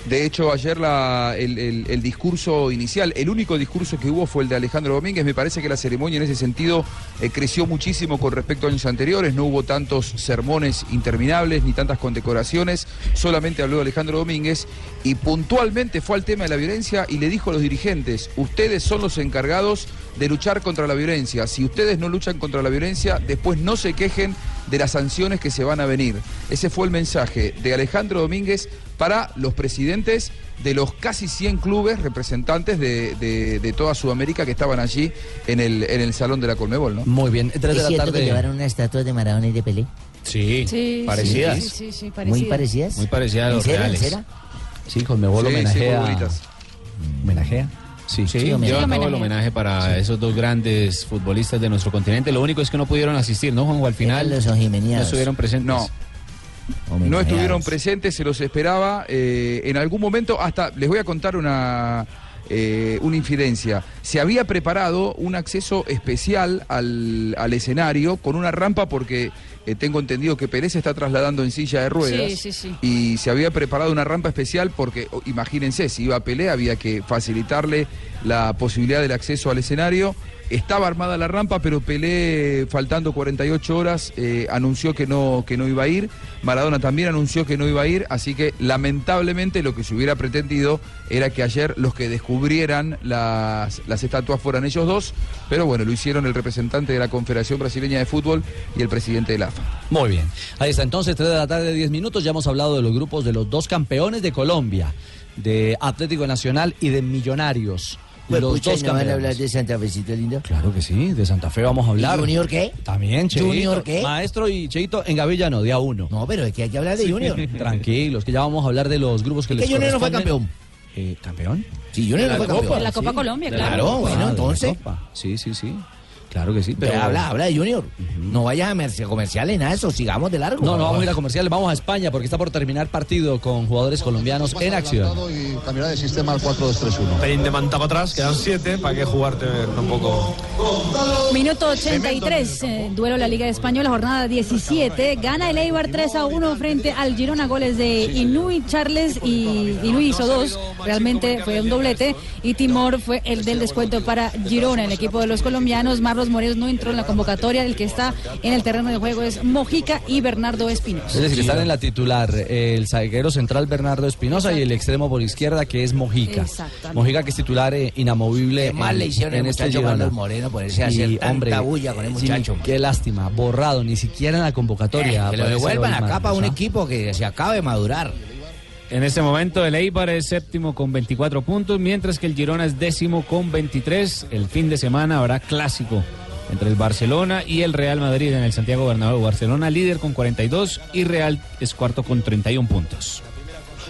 C: De hecho, ayer la- el, el- el discurso inicial, el único discurso que hubo fue el de Alejandro Domínguez. Me parece que la ceremonia en ese sentido eh, creció muchísimo con respecto a años anteriores. No hubo tantos sermones interminables ni tantas condecoraciones. Solamente habló Alejandro Domínguez y puntualmente fue al tema de la violencia y le dijo a los dirigentes, ustedes son los encargados de luchar contra la violencia. Si ustedes no luchan contra la violencia, después no se quejen de las sanciones que se van a venir. Ese fue el mensaje de Alejandro Domínguez para los presidentes de los casi 100 clubes representantes de, de- de toda Sudamérica que estaban allí en el, en el salón de la Colmebol, ¿no?
E: Muy bien,
R: ¿Es cierto que llevaron una estatua de Maradona y de Pelé?
E: Sí,
R: Sí,
E: parecidas.
R: sí, sí, sí, sí, parecidas. Muy parecidas.
E: Muy parecidas a
R: ¿En
E: los
R: serio, en
E: reales.
R: serio?
E: Sí, con Mebol
R: Sí, sí, muy
E: homenajea.
R: bonitas.
E: Mm. ¿Homenajea? Sí,
N: Sí, lleva a cabo el homenaje para
E: Sí.
N: esos dos grandes futbolistas de nuestro continente. Lo único es que no pudieron asistir, ¿no, Juanjo? Al
I: Eh,
N: final
R: los
N: no estuvieron presentes.
C: No. No estuvieron presentes, se los esperaba. eh, en algún momento, hasta les voy a contar una, eh, una infidencia. Se había preparado un acceso especial al, al escenario con una rampa porque eh, tengo entendido que Pérez se está trasladando en silla de ruedas.
L: Sí, sí, sí.
C: Y se había preparado una rampa especial porque, o- imagínense, si iba a Pelé había que facilitarle la posibilidad del acceso al escenario. Estaba armada la rampa, pero Pelé, faltando 48 horas, eh, anunció que no, que no iba a ir. Maradona también anunció que no iba a ir, así que lamentablemente lo que se hubiera pretendido era que ayer los que descubrieran las, las estatuas fueran ellos dos, pero bueno, lo hicieron el representante de la Confederación Brasileña de Fútbol y el presidente de la AFA.
E: Muy bien. Ahí está, entonces, 3 de la tarde, 10 minutos. Ya hemos hablado de los grupos de los dos campeones de Colombia, de Atlético Nacional y de Millonarios.
R: Pues,
E: los
R: pucha,
E: dos
R: ¿y no van a hablar
E: campeones.
R: de Santa Fecita lindo?
E: Claro que sí, de Santa Fe vamos a hablar.
R: ¿Y Junior qué?
E: También, Cheito.
R: ¿Junior qué?
E: Maestro y Cheito en Gavilla no, de a uno.
R: No, pero es que hay que hablar de Junior.
E: Tranquilos, que ya vamos a hablar de los grupos que
R: Es
E: les
R: que Junior no fue
E: corresponden. Eh, ¿Campeón?
R: Sí, Junior De no la fue Copa. campeón. De la Copa
E: Sí,
R: Colombia,
E: de la
R: claro.
E: Copa, Ah,
R: Bueno,
E: de la
R: entonces.
E: Copa. Sí, sí, sí. Claro que sí.
R: Pero
E: Pero
R: habla, habla de Junior. No vayas a merce- comerciales, nada de eso. Sigamos de largo.
E: No, no vamos a ir a comerciales, vamos a España porque está por terminar partido con jugadores colombianos en acción.
S: Y cambiará de sistema al 4-2-3-1. Pelín de manta para atrás, quedan 7. ¿Para qué jugarte tampoco?
L: Minuto 83, eh, duelo de la Liga Española, jornada 17. Gana el Eibar 3 a 1 frente al Girona, goles de Inui Charles y Inui hizo dos. Realmente fue un doblete. Y Timor fue el del descuento para Girona, el equipo de los colombianos. Marlos Morelos no entró en la convocatoria. El que está en el terreno de juego es Mojica y Bernardo Espinosa.
E: Es decir, están en la titular eh, el zaguero central Bernardo Espinosa y el extremo por izquierda que es Mojica.
R: Exactamente.
E: Mojica que es titular eh, inamovible este
R: Qué mal le hicieron al muchacho Carlos Moreno ponerse a hacer tanta bulla con el
E: eh,
R: muchacho.
E: Qué lástima, borrado, ni siquiera en la convocatoria.
N: Eh, que lo
E: aparece
N: devuelvan
E: hoy
N: acá
E: Marcos,
N: para un
E: ¿ah?
R: equipo que se acaba de madurar.
N: En este momento el Eibar es séptimo con 24 puntos, mientras que el Girona es décimo con 23. El fin de semana habrá clásico entre el Barcelona y el Real Madrid en el Santiago Bernabéu. Barcelona líder con 42 y Real es cuarto con 31 puntos.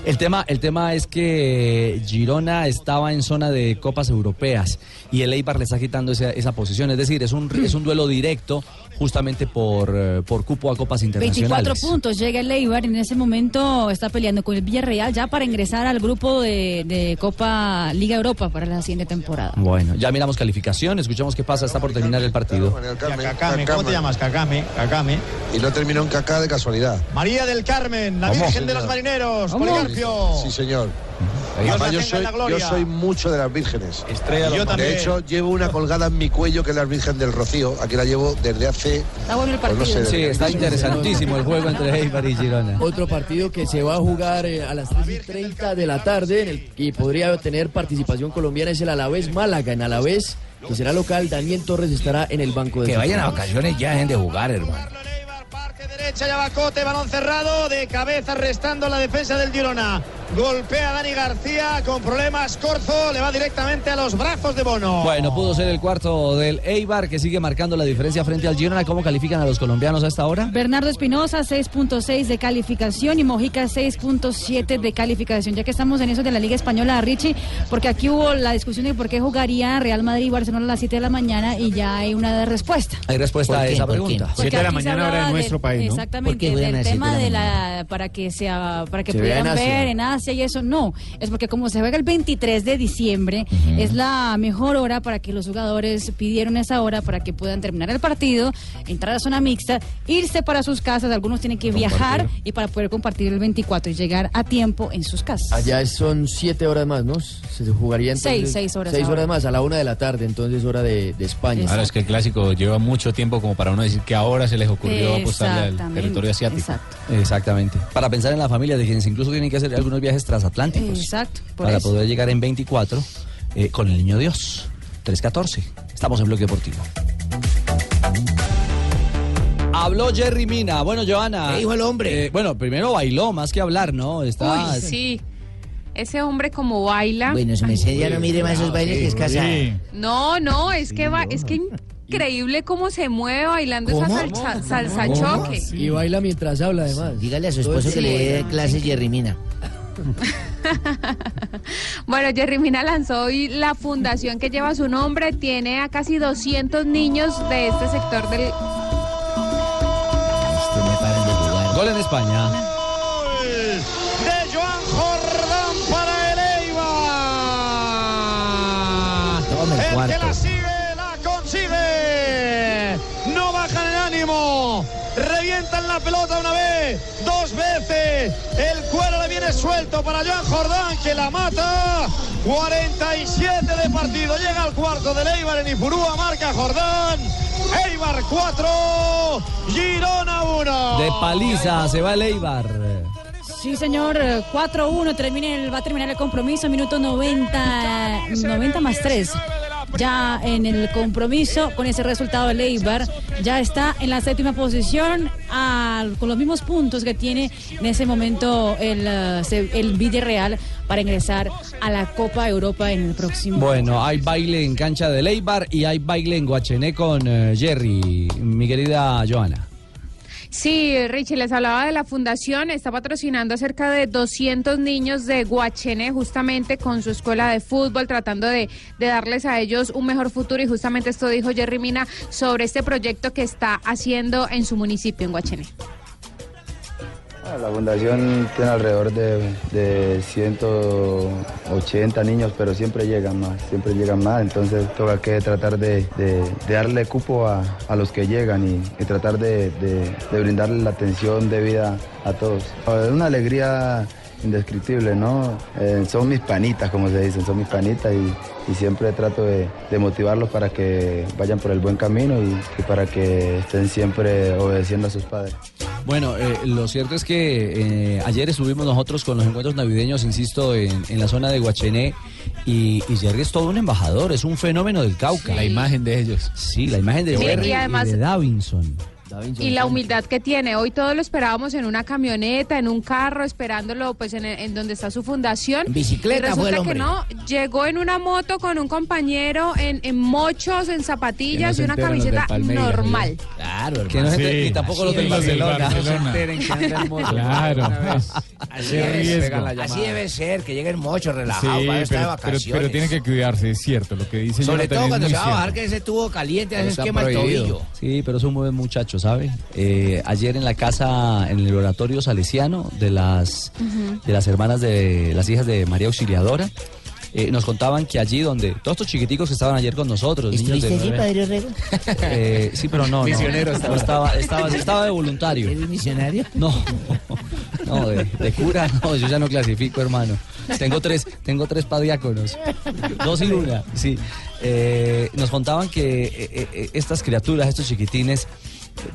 E: El tema, el tema es que Girona estaba en zona de copas europeas y el Eibar le está quitando esa, esa posición. Es decir, es un, es un duelo directo justamente por, eh, por cupo a copas
L: 24
E: internacionales.
L: puntos llega el Eibar en ese momento está peleando con el Villarreal ya para ingresar al grupo de, de Copa Liga Europa para la siguiente temporada.
E: Bueno, ya miramos calificación, escuchamos qué pasa, está por terminar el partido.
T: Cacame, ¿cómo te llamas? Cacame, Cacame.
S: Y no terminó en Cacá de casualidad.
T: María del Carmen, la
S: Vamos,
T: Virgen de
S: señora.
T: los Marineros,
S: ¿Cómo?
T: Policarpio.
S: Sí, señor.
T: Dios
S: Papá,
T: la
S: yo,
T: tenga en
S: soy,
T: la
S: yo
T: gloria.
S: soy mucho de las vírgenes.
T: Estrella de Yo los también.
S: de hecho, llevo una colgada en mi cuello que es la Virgen del Rocío. Aquí la llevo desde hace.
L: Está bueno el
S: pues no sé,
E: Sí,
S: desde
E: está
S: hace-
E: interesantísimo el juego entre Eibar y Girona.
K: Otro partido que se va a jugar eh, a las 3 y 30 de la tarde en el, y podría tener participación colombiana es el Alavés Málaga. En Alavés, que será local, Daniel Torres estará en el banco de
I: Que vayan a
R: vacaciones ya, dejen de jugar, hermano.
T: Derecha Yabacote, balón cerrado, de cabeza restando la defensa del Girona. Golpea a Dani García con problemas. Corzo le va directamente a los brazos de Bono.
E: Bueno, pudo ser el cuarto del Eibar que sigue marcando la diferencia frente al Girona. ¿Cómo califican a los colombianos a esta hora?
L: Bernardo Espinosa 6.6 de calificación y Mojica 6.7 de calificación. Ya que estamos en eso de la Liga Española, Richie, porque aquí hubo la discusión de por qué jugaría Real Madrid y Barcelona a las 7 de la mañana y ya hay una respuesta.
E: Hay respuesta a esa pregunta.
L: Porque aquí se hablaba del- Exactamente, del tema de la para que sea para que
E: Se vea en
L: pudieran
E: Asia.
L: ver en Asia y eso no, es porque como se juega el 23 de diciembre, es la mejor hora para que los jugadores pidieron esa hora para que puedan terminar el partido, entrar a zona mixta, irse para sus casas, algunos tienen que viajar y para poder compartir el 24 y llegar a tiempo en sus casas.
K: Allá son siete horas más, ¿no? Se jugaría entonces.
L: Seis, seis horas
K: Seis
L: ahora.
K: horas más, a la una de la tarde, entonces hora de, de España.
N: Ahora es que el clásico lleva mucho tiempo como para uno decir que ahora se les ocurrió apostarle al
L: Exactamente,
N: territorio asiático.
E: Exactamente. Para pensar en la familia de quienes incluso tienen que hacer algunos viajes transatlánticos.
L: Exacto, por
E: Para
L: eso.
E: poder llegar en 24 eh, con el niño Dios. 314. Estamos en bloque deportivo. Habló Jerry Mina. Bueno, Joana.
H: ¿Qué dijo el hombre?
E: eh, bueno, primero bailó, más que hablar, ¿no? Está,
H: Uy, sí. Ese hombre como baila.
R: Ah, Bueno, su merced ya no mire más
E: ah,
R: esos bailes que es casada.
H: No, no, es que va, es que increíble cómo se mueve bailando
K: ¿Cómo?
H: esa salsa, salsa
K: ¿Cómo?
H: choque.
K: Y baila mientras habla, además.
R: Dígale a su esposo que le dé clases Jerry Mina.
H: Bueno, Jerry Mina lanzó hoy la fundación que lleva su nombre, tiene a casi 200 niños de este sector del
E: Gol en España.
T: de Joan Jordán para el Eibar.
E: Toma
T: el
E: el
T: que
E: cuarto.
T: la sigue, la consigue. No bajan el ánimo. Revientan la pelota una vez, dos veces. El cuero le viene suelto para Joan Jordán que la mata. 47 de partido. Llega al cuarto del Eibar en Ipurúa. Marca Jordán. Eibar 4. Girona 1.
E: De paliza se va el Eibar.
L: Sí, señor, eh, 4-1, termina el- va a terminar el compromiso, minuto 90, 90 más 3. Ya en el compromiso, con ese resultado, el Eibar ya está en la séptima posición, al- con los mismos puntos que tiene en ese momento el, eh, se- el Villarreal para ingresar a la Copa Europa en el próximo.
E: Bueno, hay baile en cancha de Leibar y hay baile en Guachené con eh, Jerry, mi querida Joana.
H: Sí, Richie, les hablaba de la fundación, está patrocinando a cerca de 200 niños de Guachené justamente con su escuela de fútbol, tratando de, de darles a ellos un mejor futuro y justamente esto dijo Jerry Mina sobre este proyecto que está haciendo en su municipio, en Guachené.
U: Ah, La fundación tiene alrededor de, de 180 niños, pero siempre llegan más, siempre llegan más, entonces toca que tratar de, de- de darle cupo a, a los que llegan y, y tratar de, de- de brindarle la atención debida a todos. Es una alegría indescriptible, ¿no? Eh, son mis panitas, como se dicen, son mis panitas y, y siempre trato de, de motivarlos para que vayan por el buen camino y- y para que estén siempre obedeciendo a sus padres.
E: Bueno, eh, lo cierto es que eh, ayer estuvimos nosotros con los encuentros navideños, insisto, en, en la zona de Guachené y, y Jerry es todo un embajador, es un fenómeno del Cauca. La imagen de ellos. Sí, la imagen de
H: Sí, y
E: Jerry y,
H: además-
E: de Davinson.
H: Y la humildad que tiene, hoy todos lo esperábamos en una camioneta, en un carro, esperándolo pues en, en donde está su fundación.
I: bicicleta
H: Y resulta
I: fue el
H: que
I: hombre.
H: no, llegó en una moto con un compañero en, en mochos, en
I: Que no
H: zapatillas
I: se
H: y una
I: enteren los del
H: camiseta
I: Palmeiras,
H: normal.
I: Claro, hermano.
E: Que no se te- ni tampoco los del Barcelona.
G: Claro.
I: Así,
G: Qué
I: debe ser,
G: riesgo.
I: así debe ser, que lleguen muchos
G: Sí,
I: relajados para estar de
G: pero, pero-
I: vacaciones.
G: pero tiene que cuidarse, es cierto, lo que dice Jonathan
I: Sobre todo
G: es
I: cuando
G: muy
I: se va a
G: cierto.
I: bajar que ese tubo caliente,
E: Eso
I: ese
E: está
I: quema el
E: prohibido.
I: tobillo.
E: Sí, pero es un buen muchacho, ¿sabe? Eh, ayer en la casa, en el oratorio salesiano de las,
V: Ujú.
E: de las hermanas de las hijas de María Auxiliadora, eh, nos contaban que allí donde todos estos chiquiticos que estaban ayer con nosotros, niños de
R: ¿Estuviste allí, padre
E: nueve-
R: Orrego?
E: eh, sí, pero no, no.
R: Misionero
E: No
R: estaba.
E: estaba, estaba, yo estaba de voluntario. ¿Eres
R: misionario?
E: No, no, de, de cura, no, yo ya no clasifico, hermano. Tengo tres, tengo tres padiáconos. Dos y una, sí. Eh, nos contaban que eh, eh, estas criaturas, estos chiquitines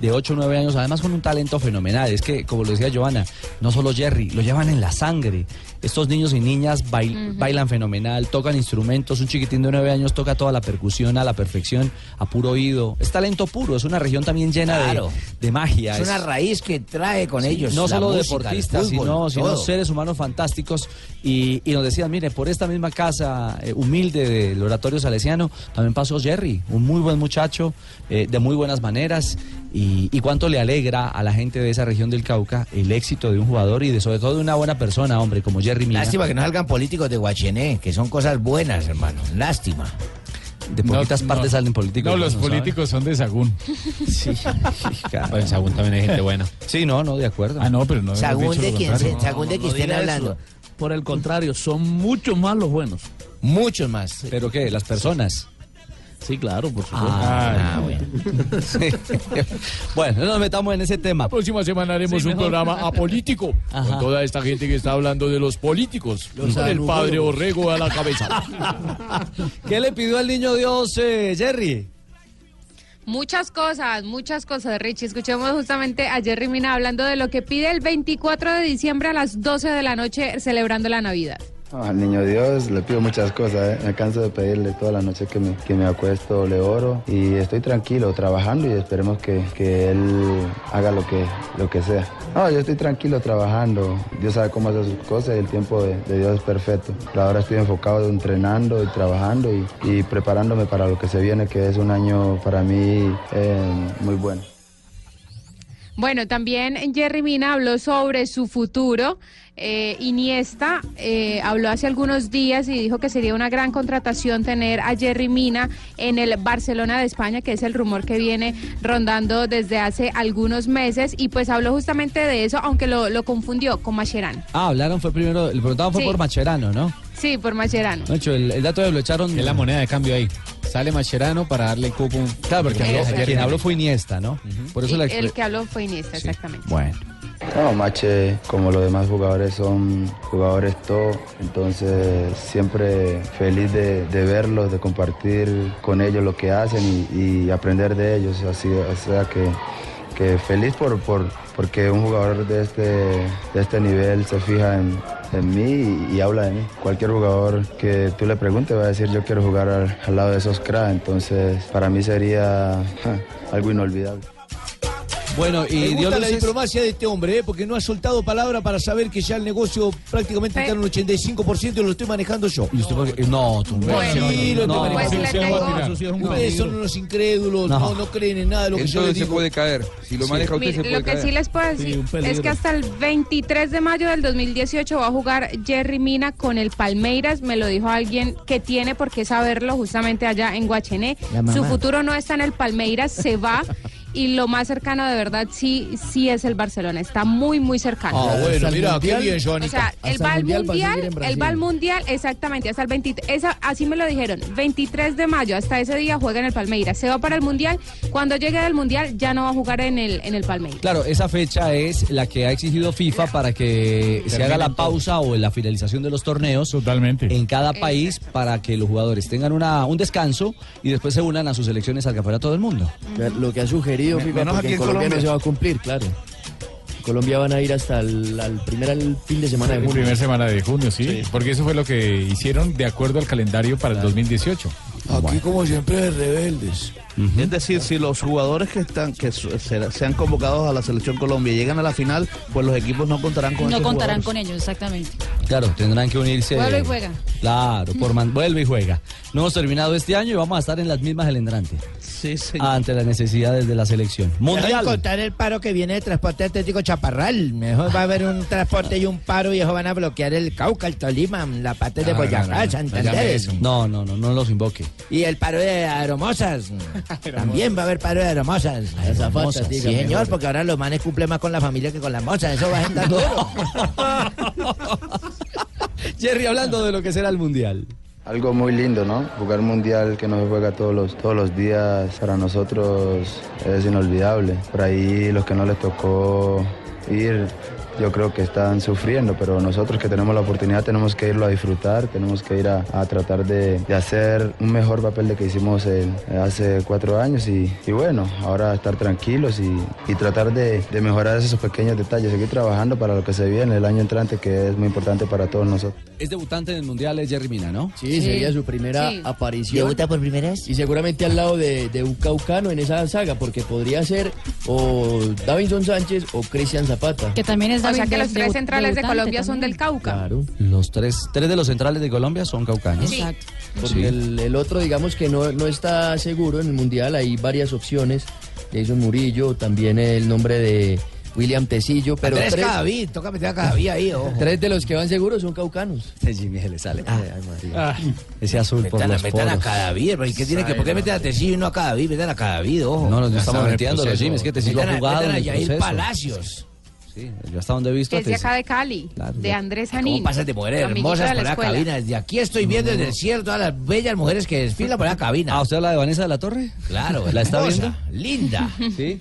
E: de 8 o 9 años, además con un talento fenomenal. Es que, como lo decía Joana, no solo Jerry, lo llevan en la sangre. Estos niños y niñas bail- bailan fenomenal, tocan instrumentos. Un chiquitín de 9 años toca toda la percusión a la perfección, a puro oído. Es talento puro, es una región también llena de-
I: Claro.
E: de, magia.
I: Es una raíz que trae con
E: Sí,
I: ellos.
E: No
I: la
E: solo
I: música, el
E: deportistas,
I: fútbol,
E: sino, sino
I: todo.
E: seres humanos fantásticos. Y, y nos decían, mire, por esta misma casa eh, humilde del oratorio salesiano, también pasó Jerry, un muy buen muchacho, eh, de muy buenas maneras. Y, y cuánto le alegra a la gente de esa región del Cauca el éxito de un jugador y de, sobre todo de una buena persona, hombre, como Jerry Mina.
I: Lástima que no salgan políticos de Guachené, que son cosas buenas, hermano. Lástima.
E: De poquitas partes salen políticos.
G: No, los
E: ¿sabe?
G: políticos son de Sagún.
E: Sí.
G: Pues en Sagún también hay gente buena.
E: Sí, no, no, de acuerdo.
G: Ah, no, pero no. hemos
I: Según
G: dicho
I: de
G: lo
I: quién se-
G: contrario.
I: según de quién estén
W: diga eso.
I: hablando.
W: Por el contrario, son muchos más los buenos.
I: Muchos más.
E: ¿Pero qué? ¿Las personas?
W: Sí, claro, por supuesto.
E: Ah, bueno. bueno, no nos metamos en ese tema. La
W: próxima semana haremos
E: Sí,
W: un
E: mejor.
W: programa apolítico
E: Ajá.
W: con toda esta gente que está hablando de los políticos.
E: Los
W: con el padre
E: anubólogos.
W: Orrego a la cabeza.
E: ¿Qué le pidió al niño Dios, eh, Jerry?
H: Muchas cosas, muchas cosas, Richie. Escuchemos justamente a Jerry Mina hablando de lo que pide el 24 de diciembre a las 12 de la noche celebrando la Navidad.
U: No, Ah, Al niño Dios le pido muchas cosas, ¿eh? me canso de pedirle toda la noche que me, que me acuesto, le oro y estoy tranquilo trabajando y esperemos que, que él haga lo que, lo que sea. No, yo estoy tranquilo trabajando, Dios sabe cómo hacer sus cosas y el tiempo de, de Dios es perfecto. Pero ahora estoy enfocado entrenando y trabajando y, y preparándome para lo que se viene, que es un año para mí eh, muy bueno.
H: Bueno, también Jerry Mina habló sobre su futuro. Eh, Iniesta eh, habló hace algunos días y dijo que sería una gran contratación tener a Jerry Mina en el Barcelona de España, que es el rumor que viene rondando desde hace algunos meses. Y pues habló justamente de eso, aunque lo, lo confundió con Mascherano.
E: Ah, hablaron fue primero, el preguntado fue
H: Sí.
E: por Macherano, ¿no?
H: Sí, por Mascherano.
E: Nacho, el, el dato de lo echaron. Es la moneda de cambio ahí. Sale Macherano para darle el cupo. Claro, porque habló-
H: Exactamente.
E: quien habló fue Iniesta, ¿no? Por eso
H: Y
E: la
H: el que habló fue Iniesta, exactamente.
E: Bueno.
U: No, Mache, como los demás jugadores, son jugadores top, entonces siempre feliz de, de verlos, de compartir con ellos lo que hacen y, y aprender de ellos. Así, o sea que, que feliz por, por, porque un jugador de este, de este nivel se fija en, en mí y, y habla de mí. Cualquier jugador que tú le preguntes va a decir yo quiero jugar al, al lado de esos cracks, entonces para mí sería algo inolvidable.
E: Bueno,
U: y
I: Me gusta
U: dio
I: la
U: luces-
I: diplomacia de este hombre, ¿eh? porque no ha soltado palabra para saber que ya el negocio prácticamente está en un 85% y lo estoy manejando yo.
E: No, tú
I: Bueno,
E: no,
I: sí, lo estoy
E: no,
I: manejando
E: pues
I: yo.
E: le tengo-
I: Ustedes son unos incrédulos,
C: No.
I: no. No, creen en nada de lo que yo
C: Entonces
I: les
C: se
I: digo.
C: puede caer. Si lo
I: Sí.
C: maneja usted,
H: Mire,
C: se puede
H: lo que
C: caer.
H: sí les puedo decir es que hasta el 23 de mayo del 2018 va a jugar Jerry Mina con el Palmeiras. Me lo dijo alguien que tiene por qué saberlo justamente allá en Guachené.
L: La mamá.
H: Su futuro no está en el Palmeiras, se va. Y lo más cercano de verdad sí sí es el Barcelona, está muy muy cercano.
I: Ah, bueno, Hasta el mira, qué Mundial. bien, Joanica.
H: O sea,
I: Hasta
H: el
I: el
H: va al
I: Mundial va a seguir
H: mundial,
I: en Brasil.
H: el va al mundial, exactamente, hasta el 23, esa, así me lo dijeron, 23 de mayo, hasta ese día juega en el Palmeiras, se va para el mundial, cuando llegue del mundial ya no va a jugar en el en el Palmeiras.
E: Claro, esa fecha es la que ha exigido FIFA para que se haga la pausa o la finalización de los torneos
G: Totalmente.
E: en cada país para que los jugadores tengan una, un descanso y después se unan a sus selecciones al campeonato del mundo.
K: Lo que ha sugerido
E: Me-
K: FIFA,
E: menos
K: porque
E: aquí
K: en Colombia,
E: en
K: no
E: Colombia.
K: se va a cumplir, claro. En Colombia van a ir hasta el al primer al fin de semana de
G: La
K: junio.
G: primera semana de junio, sí, Porque eso fue lo que hicieron de acuerdo al calendario para el 2018.
M: Aquí como siempre rebeldes.
O: Es decir, si los jugadores que están que su- se- sean convocados a la selección Colombia llegan a la final, pues los equipos no contarán con
L: No
O: esos
L: contarán
O: jugadores.
L: con ellos, exactamente.
E: Claro, tendrán que unirse.
L: Vuelve y juega.
E: Claro, por man- vuelve y juega. No hemos terminado este año y vamos a estar en las mismas el entrante.
R: Sí,
E: Ante las necesidades de la selección.
R: Mundial.
E: Mundial.
R: contar el paro que viene de transporte atlético Chaparral. Mejor va a haber un transporte y un paro y ellos van a bloquear el Cauca, el Tolima, la parte de
E: No, no, no, no,
R: Boyacá,
E: no, llame
R: Santander.
E: eso. Ah, No, no, no, no los invoque.
R: Y el paro de aeromosas. También va a haber paro de aeromosas.
E: Aeromosas,
R: Sí,
E: dígame,
R: señor,
E: hombre.
R: porque ahora los manes cumplen más con la familia que con las mozas. Eso va a estar duro.
E: Jerry, hablando de lo que será el Mundial.
U: Algo muy lindo, ¿no? Jugar mundial que nos juega todos los, todos los días para nosotros es inolvidable. Por ahí los que no les tocó ir, yo creo que están sufriendo, pero nosotros que tenemos la oportunidad tenemos que irlo a disfrutar, tenemos que ir a, a tratar de, de hacer un mejor papel de que hicimos el- hace cuatro años y, y bueno, ahora estar tranquilos y, y tratar de, de mejorar esos pequeños detalles, seguir trabajando para lo que se viene el año entrante que es muy importante para todos nosotros.
E: Es debutante en el Mundial, es Jerry Mina, ¿no?
K: Sí, sería su primera
E: Sí.
K: aparición.
E: ¿Debuta
K: por primera vez? Y seguramente al lado de, de un caucano en esa saga, porque podría ser o Davinson Sánchez o Cristian Zapata.
L: Que también es
H: O sea
L: David
H: que los
L: Debu-
H: tres centrales de
L: debutante
H: Colombia son del Cauca.
K: Claro.
E: Los tres, tres de los centrales de Colombia son caucaños.
K: Sí. Exacto. Porque
E: Sí.
K: el, el otro, digamos que no, no está seguro en el Mundial, hay varias opciones. Jason Murillo, también el nombre de William Tecillo, pero
R: Andrés
K: tres,
R: Cadavid, toca meter a Cadavid ahí, ojo.
K: tres de los que van seguros son caucanos. Ah.
E: Jimmy le sale. Ese azul por
I: Metan, a-
E: los
I: metan a
E: poros.
I: Cadavid, pero ¿y ¿qué tiene que? ¿Por qué meten a Tecillo y no a Cadavid? Metan a Cadavid, ojo.
E: No, no, no estamos metiendo
R: pues
E: los Jimmy, es que Tecillo
I: Metan
E: ha
I: a-
E: jugado pues
I: metan
E: en
I: a
E: el
I: Yair
E: proceso.
I: Palacios.
E: Sí, yo hasta donde he visto.
H: Que es de
E: Tecillo.
H: acá de Cali, de Andrés Janín.
I: ¿Cómo pasas de mujeres
H: amiguito
I: hermosas
H: de la
I: por la
H: escuela.
I: cabina? Desde aquí estoy viendo desde el cielo todas las bellas mujeres que desfilan por la cabina.
E: Ah, ¿usted habla de Vanessa de la Torre?
I: Claro,
E: ¿La está
I: hermosa,
E: viendo?
I: Linda.
E: Sí.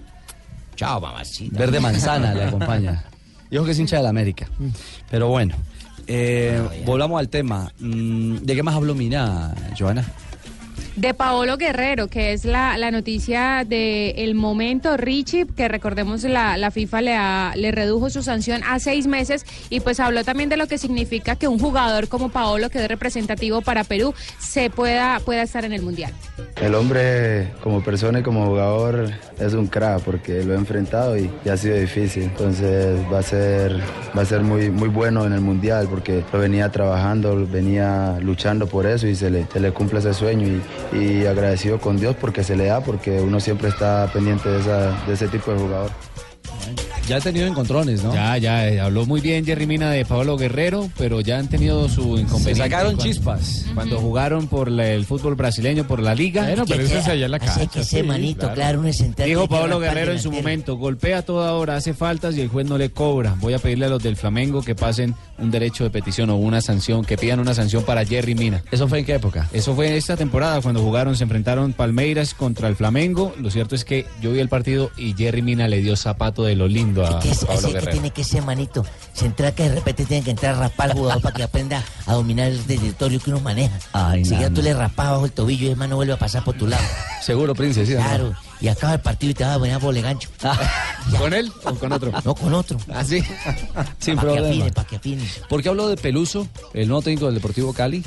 I: Chao, mamacita.
E: Verde Manzana le acompaña. Yo que es hincha del América. Pero bueno, eh, volvamos al tema. Mm, ¿De qué más habló Mina, Joana?
H: de Paolo Guerrero, que es la, la noticia del el momento. Richie, que recordemos la, la FIFA le, ha- le redujo su sanción a seis meses y pues habló también de lo que significa que un jugador como Paolo, que es representativo para Perú, se pueda, pueda estar en el Mundial.
U: El hombre como persona y como jugador es un crack porque lo he enfrentado y, y ha sido difícil. Entonces va a ser, va a ser muy, muy bueno en el Mundial porque lo venía trabajando, venía luchando por eso y se le, se le cumple ese sueño y, y agradecido con Dios porque se le da, porque uno siempre está pendiente de, esa- de ese tipo de jugador.
N: Ya ha tenido encontrones, ¿no? Ya, ya, eh, habló muy bien Jerry Mina de Pablo Guerrero, pero ya han tenido su inconveniente.
E: sacaron
N: chispas. Cuando jugaron por la- el fútbol brasileño, por la liga.
E: Bueno, pero eso es allá en la
N: casa.
E: Así que ese manito, claro, uno es central
N: Dijo
E: que lleva
N: Pablo
E: la espalda
N: Guerrero en su
E: delantera.
N: momento, golpea a toda hora, hace faltas y el juez no le cobra. Voy a pedirle a los del Flamengo que pasen un derecho de petición o una sanción, que pidan una sanción para Jerry Mina. ¿Eso fue en qué época? Eso fue esta temporada, cuando jugaron, se enfrentaron Palmeiras contra el Flamengo. Lo cierto es que yo vi el partido y Jerry Mina le dio zapato de lo lindo a
B: que es, así
N: Pablo
B: es que
N: Guerrero.
B: tiene que ser manito. Se entra que de repente tiene que entrar a raspar al jugador para que aprenda a dominar el territorio que uno maneja. si ya
E: nana.
B: tú le raspas bajo el tobillo y el hermano vuelve a pasar por tu lado.
E: Seguro, princesa.
B: Claro. Y acaba el partido y te vas a poner a doble gancho.
E: Ah, ¿Con él o con otro?
B: No, con otro.
E: Así. Sin
B: Pa' que
E: problema.
B: afine,
E: ¿Por qué habló de Peluso, el nuevo técnico del Deportivo Cali?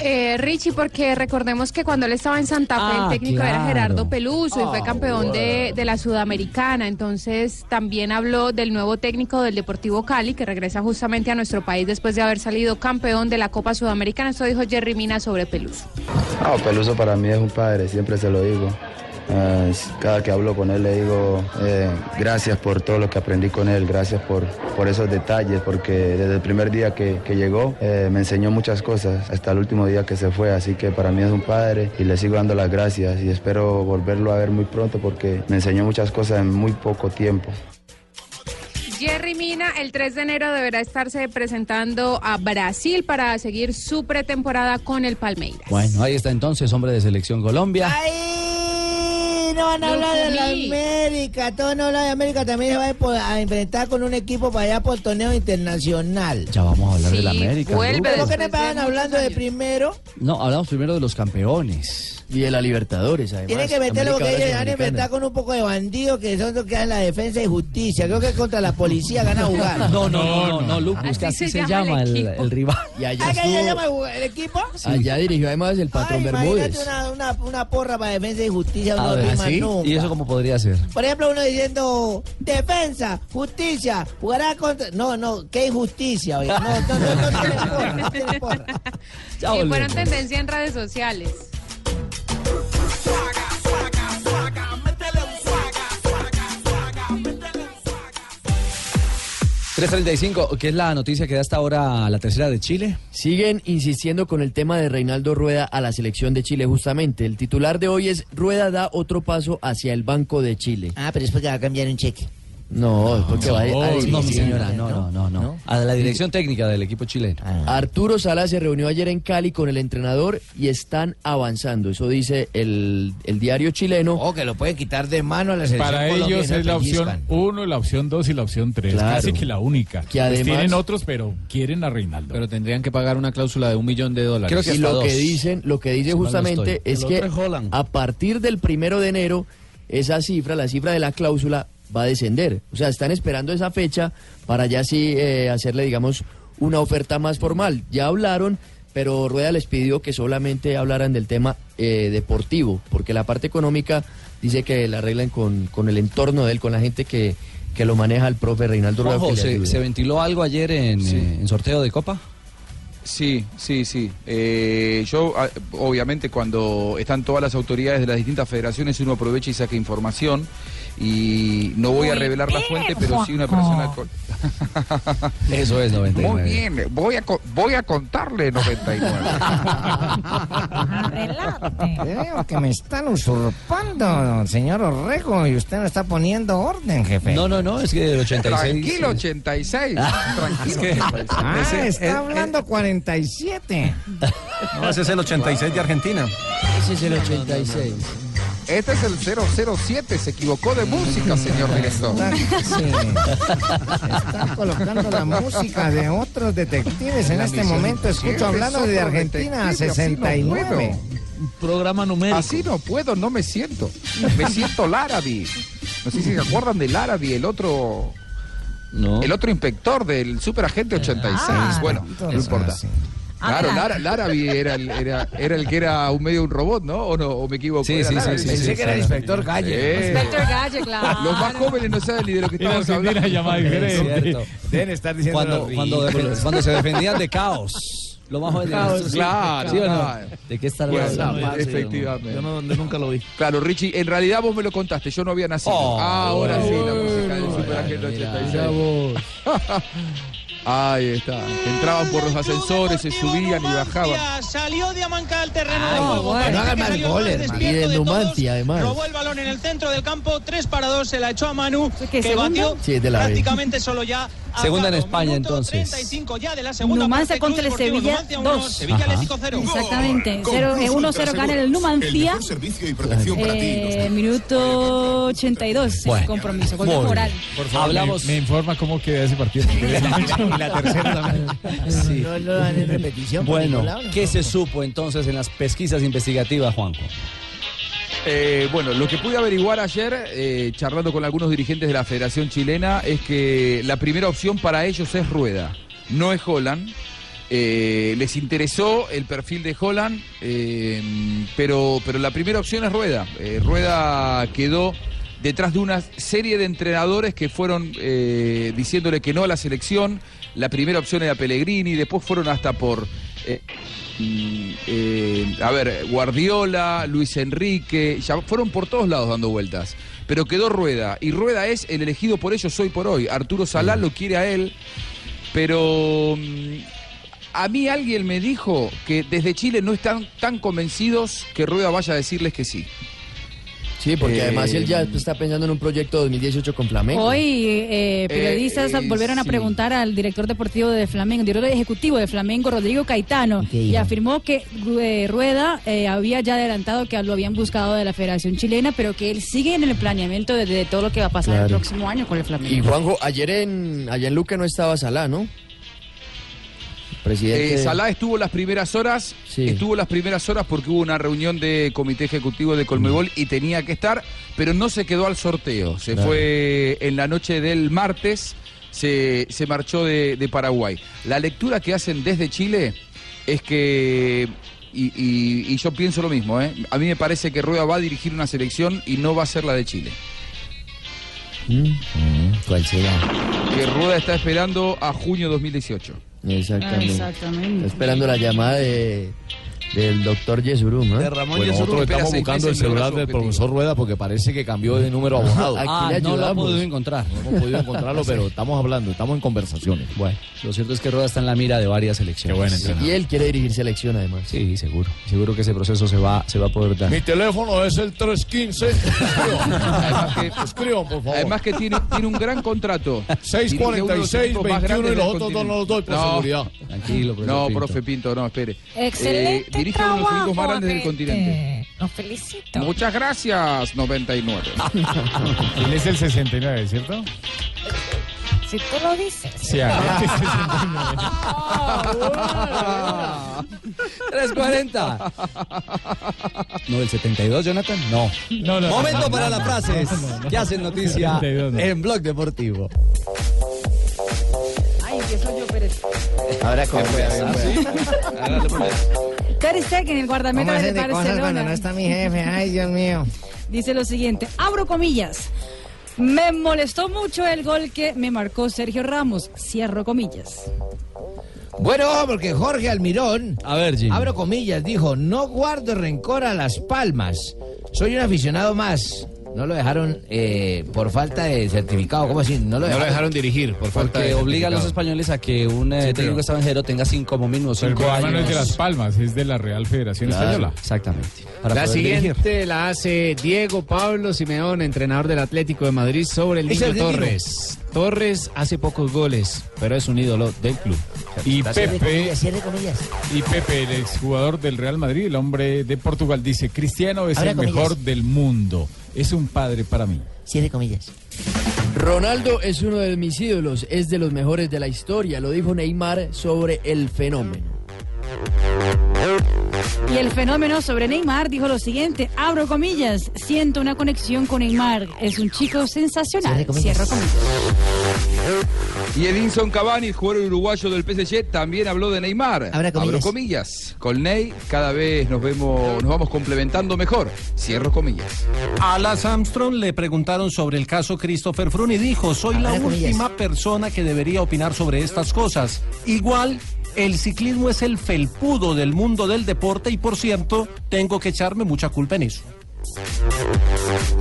H: Eh, Richie, porque recordemos que cuando él estaba en Santa Fe,
E: Ah,
H: el técnico
E: claro.
H: era Gerardo Peluso y
E: Ah,
H: fue campeón de, de la Sudamericana. Entonces también habló del nuevo técnico del Deportivo Cali, que regresa justamente a nuestro país después de haber salido campeón de la Copa Sudamericana. Esto dijo Jerry Mina sobre Peluso.
U: No, Ah, Peluso para mí es un padre, siempre se lo digo. Eh, cada que hablo con él le digo eh, gracias por todo lo que aprendí con él, gracias por, por esos detalles, porque desde el primer día que, que llegó eh, me enseñó muchas cosas hasta el último día que se fue, así que para mí es un padre y le sigo dando las gracias y espero volverlo a ver muy pronto porque me enseñó muchas cosas en muy poco tiempo.
H: Jerry Mina el 3 de enero deberá estarse presentando a Brasil para seguir su pretemporada con el Palmeiras.
E: Bueno, ahí está entonces, hombre de Selección Colombia.
R: Ahí no van a hablar de la
L: comí.
R: América. Todo no habla de América. También se va a empo- a enfrentar con un equipo para allá por torneo internacional.
E: Ya vamos a hablar de la América. Blue.
R: ¿Por qué no estaban hablando de primero?
E: No, hablamos primero de los campeones.
K: Y de la Libertadores, además.
R: Tienen que meter lo que
K: América
R: ellos
K: ahora
R: van a
K: es
R: enfrentar con un poco de bandidos que son los que dan la defensa y justicia. Creo que contra la policía van a jugar.
E: No, no, no, no, no, Lucas, que así se llama el, el rival.
K: Y allá,
R: ¿Ah, que ella
K: estuvo-
R: llama el- el equipo?
K: allá Ah, dirigió además el patrón Bermúdez.
R: Imagínate una, una, una porra para defensa y justicia.
E: A
R: uno
E: ver,
R: rima
E: ¿sí?
R: nunca.
E: ¿Y eso cómo podría ser?
R: Por ejemplo, uno diciendo defensa, justicia, jugará contra. No, no, qué injusticia, oiga. No, no, no, no, tiene porra, no tiene porra.
H: Y fueron tendencia en redes sociales.
E: ¿335? ¿Qué es la noticia que da hasta ahora la tercera de Chile?
K: Siguen insistiendo con el tema de Reinaldo Rueda a la selección de Chile, justamente. El titular de hoy es Rueda da otro paso hacia el Banco de Chile.
R: Ah, pero es porque va a cambiar un cheque.
K: No, es porque va a, a
E: No, mi
K: dirigir.
E: señora, no, no, no, no. A la dirección técnica del equipo chileno. Ah,
K: Arturo Sala se reunió ayer en Cali con el entrenador y están avanzando. Eso dice el, el diario chileno.
R: Oh, que lo puede quitar de mano a la
G: Para ellos es la opción 1, la opción 2 y la opción 3.
K: Claro.
G: Casi que la única.
K: Que
G: Pues
K: además-
G: tienen otros, pero quieren a Reinaldo. Pero
N: tendrían que pagar una cláusula de un millón de dólares.
K: y lo que dicen, lo que dice
N: Si mal no
K: justamente
N: estoy.
K: es
N: El
K: que
N: otro es Haaland.
K: a partir del primero de enero esa cifra, la cifra de la cláusula va a descender. O sea, están esperando esa fecha para ya sí eh, hacerle, digamos, una oferta más formal. Ya hablaron, pero Rueda les pidió que solamente hablaran del tema eh, deportivo, porque la parte económica dice que la arreglan con, con el entorno de él, con la gente que, que lo maneja el profe Reinaldo Rueda.
E: Juanjo,
K: que le
E: ¿se,
K: ayuda.
E: se ventiló algo ayer en, eh, en sorteo de Copa?
C: Sí, sí, sí. Eh, yo, ah, obviamente, cuando están todas las autoridades de las distintas federaciones, uno aprovecha y saca información. Y no voy a
A: Muy
C: revelar la
A: bien,
C: fuente, pero sí una persona.
A: Juanjo.
C: con-
E: Eso es 99.
A: Muy bien, voy a, co- voy a contarle 99.
R: Creo que me están usurpando, señor Orrego, y usted no está poniendo orden, jefe.
E: No, no, no, es que el 86.
A: Tranquilo, 86. Tranquilo.
E: pues,
R: Ah,
A: Ese-
R: está
A: eh,
R: hablando 47.
A: No, ese es el 86 de Argentina.
R: Ese es el 86.
A: Este es el 007, se equivocó de música, señor director.
R: Sí. Están colocando la música de otros detectives en
A: La
R: este
A: misión
R: momento. Escucho
A: imposible,
R: hablando
A: es
R: de
A: otro
R: Argentina a
A: detective, así no
R: 69.
A: puedo.
W: programa numérico.
A: Así no puedo, no me siento. Me siento Larabi. No sé si se acuerdan de Larabi, el otro. El otro inspector del superagente 86.
D: Ah,
A: bueno, no
D: entonces,
A: importa.
D: sí.
A: Claro,
D: Ah.
A: Lara, Larabi era el, era, era el que era un medio un robot, ¿no? ¿O no? ¿O me equivoco?
E: Sí,
A: Era
E: sí, sí,
A: Larabi.
E: sí, Pensé sí, que era el sí. inspector Galle.
D: Inspector Galle, claro.
A: Los más jóvenes no saben ni de lo que
E: Mira,
A: estamos
E: si mira,
A: hablando.
E: llamada Es diferente. cierto.
A: Deben estar
E: Cuando, cuando, cuando se defendían de caos. Lo más joven de
A: Caos,
E: nosotros, sí,
A: claro,
E: ¿sí o no?
A: claro.
E: ¿De qué está
I: Pues,
A: Bueno,
E: hablando?
I: eh,
A: efectivamente.
E: Yo no-
W: nunca lo vi.
A: Claro, Richie, en realidad vos me lo contaste, yo no había nacido.
T: Oh.
A: Ah, Ahora sí, la música del Superagente 86. Ahí está. Entraban por los ascensores, se subían y bajaban.
T: Salió Diamanca al terreno.
A: Ay,
T: de juego.
A: bueno.
T: Parece
A: No hagan
T: que
A: más
T: salió
A: goles,
T: más
A: man.
T: despierto
A: Y del
T: de todos.
A: Numancia, además.
T: Robó el balón en el centro del campo, 3 para 2, se la echó a Manu, que
L: segundo?
T: batió
E: Sí, es de la B.
T: prácticamente solo ya. a
E: Segunda en
T: Gago.
E: España, entonces.
T: 35 ya de la segunda
L: Numancia
T: parte, Club
L: contra el
T: Deportivo
L: Sevilla
T: Numancia 1,
L: 2.
T: Sevilla Atlético 0.
L: Exactamente.
T: Con
L: Cero-
T: Cruz
L: eh, 1-0 gana el Numancia.
P: servicio y
L: Eh, minuto 82. el compromiso. Gol de
G: Muy
L: Moral.
G: bien. Por favor,
L: Hablamos-
G: me, me informa cómo queda ese partido.
I: No lo dan en repetición. por
E: Bueno,
I: ningún lado, ¿no?
E: ¿qué se supo entonces en las pesquisas investigativas, Juanjo?
C: Eh, bueno, lo que pude averiguar ayer, eh, charlando con algunos dirigentes de la Federación Chilena, es que la primera opción para ellos es Rueda, no es Holland. Eh, les interesó el perfil de Holland, eh, pero, pero la primera opción es Rueda. Eh, Rueda quedó detrás de una serie de entrenadores que fueron eh, diciéndole que no a la selección. La primera opción era Pellegrini, después fueron hasta por... eh, Mm, eh, a ver, Guardiola, Luis Enrique, ya fueron por todos lados dando vueltas. Pero quedó Rueda, y Rueda es el elegido por ellos hoy por hoy. Arturo Salá lo quiere a él, pero mm, a mí alguien me dijo que desde Chile no están tan convencidos que Rueda vaya a decirles que sí.
K: Sí, porque
C: Eh,
K: además él ya está pensando en un proyecto 2018 con Flamengo.
L: Hoy eh, periodistas
K: Eh,
L: volvieron a
K: sí.
L: preguntar al director deportivo de Flamengo, director ejecutivo de Flamengo, Rodrigo Caetano,
V: qué
L: y
V: dijo?
L: afirmó que eh, Rueda eh, había ya adelantado que lo habían buscado de la Federación Chilena, pero que él sigue en el planeamiento de, de todo lo que va a pasar el
K: Claro.
L: próximo año con el Flamengo.
K: Y Juanjo, ayer en, allá en Luque no estaba Salá, ¿no? Presidente.
C: Eh, Salah estuvo las primeras horas, estuvo las primeras horas porque hubo una reunión de comité ejecutivo de Colmebol y tenía que estar, pero no se quedó al sorteo. Se
P: Claro.
C: fue en la noche del martes, se, se marchó de, de Paraguay. La lectura que hacen desde Chile es que. Y, y- y yo pienso lo mismo, ¿eh? A mí me parece que Rueda va a dirigir una selección y no va a ser la de Chile.
W: Mm.
F: ¿Cuál será?
C: Que Rueda está esperando a junio 2018.
K: Exactamente.
L: Exactamente.
K: Está esperando la llamada de, del doctor Yesurum, ¿no?
W: bueno, nosotros estamos buscando el celular del profesor Rueda porque parece que cambió de número abonado.
K: Aquí Ah, le no lo ha ayudamos. podido
E: encontrar.
W: No hemos podido encontrarlo,
E: Sí.
W: pero estamos hablando, estamos en conversaciones.
E: Bueno, lo cierto es que Rueda está en la mira de varias elecciones.
K: Y él quiere dirigir selección además.
E: Sí, seguro. Seguro que ese proceso se va, se va a poder dar.
W: Mi teléfono es el 315. Escriban, escriban, por favor.
C: Además que tiene, tiene un gran contrato.
W: 646, 21 y los otros dos no los doy por seguridad.
C: Tranquilo,
W: profe
C: No,
W: Pinto.
C: profe Pinto, no, espere.
V: Excelente
C: Eh, dirige uno de los equipos más
V: trabajo,
C: grandes del
V: Abel.
C: continente.
V: Nos felicito.
C: Muchas gracias, 99.
G: Él es el 69, ¿cierto?
V: Si tú lo dices.
G: Sí, ah, sí, sí, sí.
E: 340. No, el 72, Jonathan. No.
G: No, no,
E: Momento
G: no, no,
E: para
G: no, no,
E: las frases
G: no, no,
E: que hacen noticia
G: 72 no.
E: en Blog Deportivo.
L: Ay, empiezo yo, Pérez.
I: Ahora con
L: Ter Stegen, el
V: ¿Cómo
L: guardameta
V: hacen
L: del
V: de cosas cuando no
L: Barcelona,
V: está mi jefe? Ay, Dios mío.
L: dice lo siguiente, abro comillas. Me molestó mucho el gol que me marcó Sergio Ramos. Cierro comillas.
I: Bueno, ojo, porque Jorge Almirón,
E: a ver, Jimmy.
I: abro comillas, dijo, no guardo rencor a Las Palmas, soy un aficionado más. No lo dejaron eh, por falta de certificado, ¿cómo así? No lo dejaron,
W: dirigir por
I: falta
E: Porque
I: de
E: obliga a los
I: certificado.
E: españoles a que un eh,
G: Sí, pero-
E: técnico extranjero tenga cinco, como mínimo
G: Pero el
E: cinco
G: programa
E: años.
G: no es de Las Palmas, es de la Real Federación
E: Claro,
G: Española.
E: Exactamente.
G: para
E: La
G: poder
E: siguiente.
X: Siguiente la hace Diego Pablo Simeón, entrenador del Atlético de Madrid, sobre el
G: Es
X: niño
G: argentino.
X: Torres. Torres hace pocos goles, pero es un ídolo del club.
G: Y Pepe,
V: Cierre comillas.
G: y Pepe, el exjugador del Real Madrid, el hombre de Portugal, dice, Cristiano es
V: Abre
G: el
V: comillas.
G: mejor del mundo, es un padre para mí.
V: Cierre comillas.
K: Ronaldo es uno de mis ídolos, es de los mejores de la historia, lo dijo Neymar sobre el fenómeno.
L: Y el fenómeno sobre Neymar dijo lo siguiente, abro comillas, siento una conexión con Neymar, es un chico sensacional, cierro comillas.
C: Y Edinson Cavani, el jugador uruguayo del PSG, también habló de Neymar.
Y: Abra comillas.
C: Abro comillas. Con Ney cada vez nos vemos, nos vamos complementando mejor. Cierro comillas.
J: A Las Armstrong le preguntaron sobre el caso Christopher Froome y dijo, soy la
C: Abra comillas.
J: última persona que debería opinar sobre estas cosas. Igual, el ciclismo es el felpudo del mundo del deporte y por cierto, tengo que echarme mucha culpa en eso.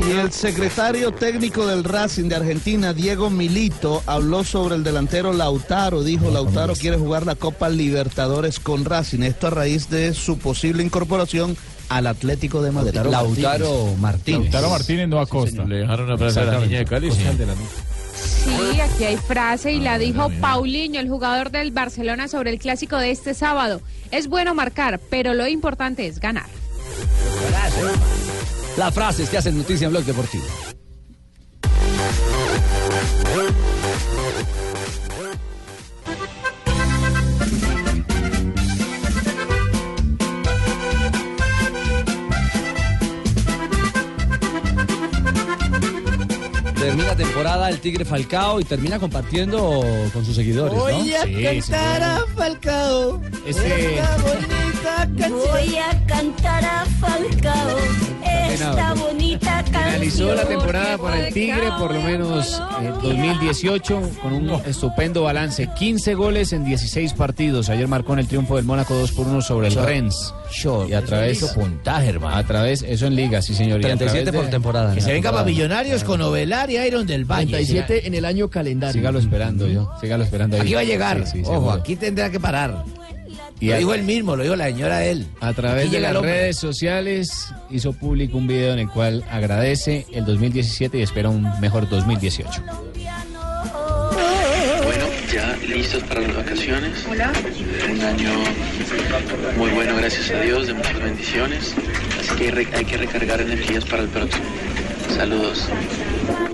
I: Y el secretario técnico del Racing de Argentina, Diego Milito, habló sobre el delantero Lautaro. Dijo, Lautaro quiere jugar la Copa Libertadores con Racing. Esto a raíz de su posible incorporación al Atlético de Madrid.
G: Lautaro Martínez. Lautaro Martínez no acosta. Le dejaron una frase a la niña de Cali.
H: Sí, aquí hay frase y la dijo Paulinho, el jugador del Barcelona, sobre el clásico de este sábado. Es bueno marcar, pero lo importante es ganar.
E: Las frases que hacen noticia en Blog Deportivo. Termina temporada el Tigre Falcao y termina compartiendo con sus seguidores. ¿no?
V: Voy a cantar a Falcao.
G: Este-
E: Ese-
V: Esta bonita canción.
P: Voy a cantar a Falcao esta bonita canción.
N: Finalizó la temporada para el Tigre, por lo menos eh, 2018, con un estupendo balance. 15 goles en 16 partidos. Ayer marcó en el triunfo del Mónaco 2 por 1 sobre el
E: Eso-
N: Rennes. y a
E: eso
N: través.
E: hizo
N: puntaje, hermano. A través, eso en Liga, sí, señor. Y a
E: 37
N: través de-
E: por temporada.
N: Que se venga para
K: Millonarios con Ovelar Ah. y Iron del Valle.
N: 37 en el año calendario. Sígalo esperando yo. Sígalo esperando ahí.
K: Aquí va a llegar.
N: Sí, sí,
K: Ojo,
N: seguro.
K: aquí tendrá que parar.
N: Y
K: lo
N: a-
K: dijo él mismo, lo dijo la señora de él.
N: A través
K: Aquí
N: de
K: llega el
N: las
K: hombre.
N: redes sociales hizo público un video en el cual agradece el 2017 y espera un mejor 2018.
O: Bueno, ya listos para las vacaciones. Un año muy bueno, gracias a Dios, de muchas bendiciones. Así que hay, re- hay que recargar energías para el próximo. Saludos.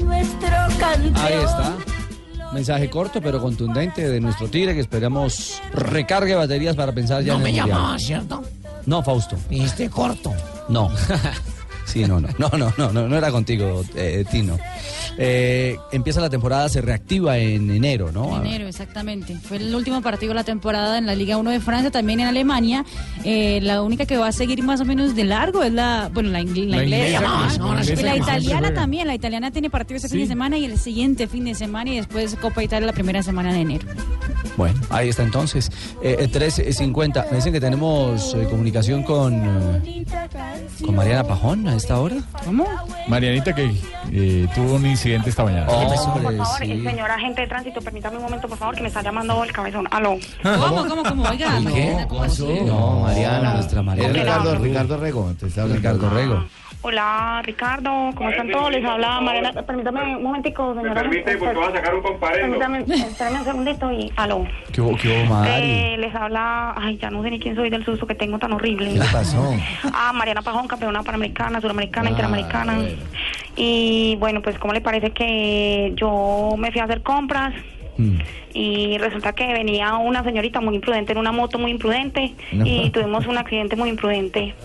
P: Nuestro campeón.
E: Ahí está. Mensaje corto pero contundente de nuestro Tigre que esperamos recargue baterías para pensar ya
K: No
E: en
K: me
E: el Mundial.
K: llamaba, ¿cierto?
E: No, Fausto.
K: Dijiste corto.
E: No. Sí, no, no, no, no, no, no, no era contigo, eh, Tino. Eh, empieza la temporada, se reactiva en enero, ¿no?
L: Enero, exactamente. Fue el último partido de la temporada en la Liga 1 de Francia, también en Alemania. Eh, la única que va a seguir más o menos de largo es la, bueno, la, ingle- la
P: La
L: inglesa.
P: inglesa,
L: ¿no?
P: que- no, la inglesa
L: Y la
P: que siempre
L: italiana
P: juega.
L: también, la italiana tiene partido ese fin de semana y el siguiente fin de semana y después Copa Italia la primera semana de enero.
E: Bueno, ahí está entonces. Eh, eh, 3.50. Me dicen que tenemos eh, comunicación con, eh, con Mariana Pajón a esta hora.
L: ¿Cómo?
G: Oh, Marianita que eh, tuvo un incidente esta mañana.
E: Oh,
P: Por favor, el señor Eh, agente de tránsito, permítame un momento, por favor, que me está llamando el cabezón. Aló.
L: ¿Cómo, cómo, cómo?
P: Ah,
L: Oiga, no,
P: ¿Qué?
E: No, Mariana, nuestra Mariana.
P: Es Ricardo-
E: Ricardo Rego. Ricardo Rego.
P: Hola, Ricardo, ¿cómo están todos? Les habla Mariana. Permítame un momentico, señora. Este,
S: Me permite, porque voy a sacar un comparendo.
P: Permítame, espérame un segundito y aló.
E: ¿Qué hubo, qué hubo, Mari?
P: Eh, les habla, ay, ya no sé ni quién soy del susto que tengo tan horrible.
E: ¿Qué le pasó? Ah,
P: Ah, Mariana Pajón, campeona panamericana, suramericana, interamericana. Y bueno, pues, ¿cómo le parece que yo me fui a hacer compras?
E: Mm.
P: Y resulta que venía una señorita muy imprudente en una moto muy imprudente
Z: No.
P: y tuvimos un accidente muy imprudente.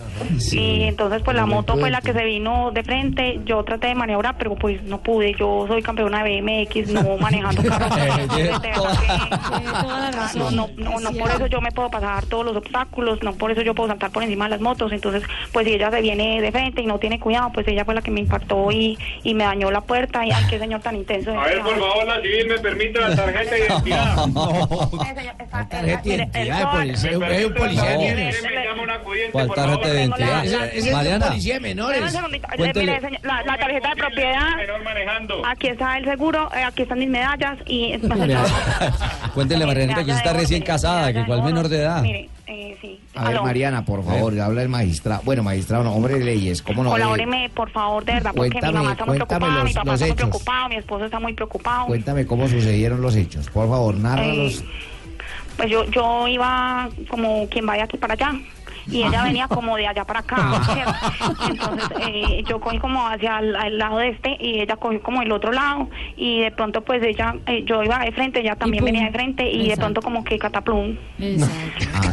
P: Y entonces pues la
Z: Muy
P: moto fue la que
Z: imprudente.
P: se vino de frente, yo traté de maniobrar pero pues no pude, yo soy campeona de BMX, no manejando carros. Entonces, de verdad que- No, no, no, no, por eso yo me puedo pasar todos los obstáculos, no por eso yo puedo saltar por encima de las motos, entonces pues si ella se viene de frente y no tiene cuidado, pues ella fue la que me impactó y, y me dañó la puerta y ay, qué señor tan intenso.
S: A ver, por favor, la civil me permite la tarjeta de identidad.
P: tarjeta
K: de identidad de policía, es un- es un policía de menores.
E: ¿Cuál tarjeta de identidad? Eh,
P: Esa- esa es de
E: Mariana,
P: policía de menores. Dame un segundito. Eh,
E: cuéntele.
P: mire, señor, la, la tarjeta de propiedad. Aquí está el seguro, eh, aquí están mis medallas y
E: Cuéntenle, Marianita, que usted está recién casada, que cual menor de edad.
P: Mire, eh, sí.
K: A ver,
P: Aló.
K: Mariana, por favor, habla el magistrado. Bueno, magistrado, no, hombre de leyes, ¿cómo no? Eh,
P: Colabóreme, por favor, de verdad, porque
K: cuéntame-
P: mi mamá está muy
K: cuéntame
P: preocupada, mi
K: los-
P: papá
K: los
P: está muy
K: hechos.
P: preocupado, mi esposo está muy preocupado.
K: Cuéntame cómo sucedieron los hechos. Por favor, nárralos.
P: Eh, pues yo, yo iba como quien vaya aquí para allá. y
D: Ah,
P: ella venía como de allá para acá. ¿cierto? Entonces eh, yo cogí como hacia el, al lado de este y ella cogió como el otro lado y de pronto pues ella, eh, yo iba de frente, ella también
D: pum.
P: venía de frente y de
D: Exacto. Ah,
P: pronto como que cataplum. Y
D: bien.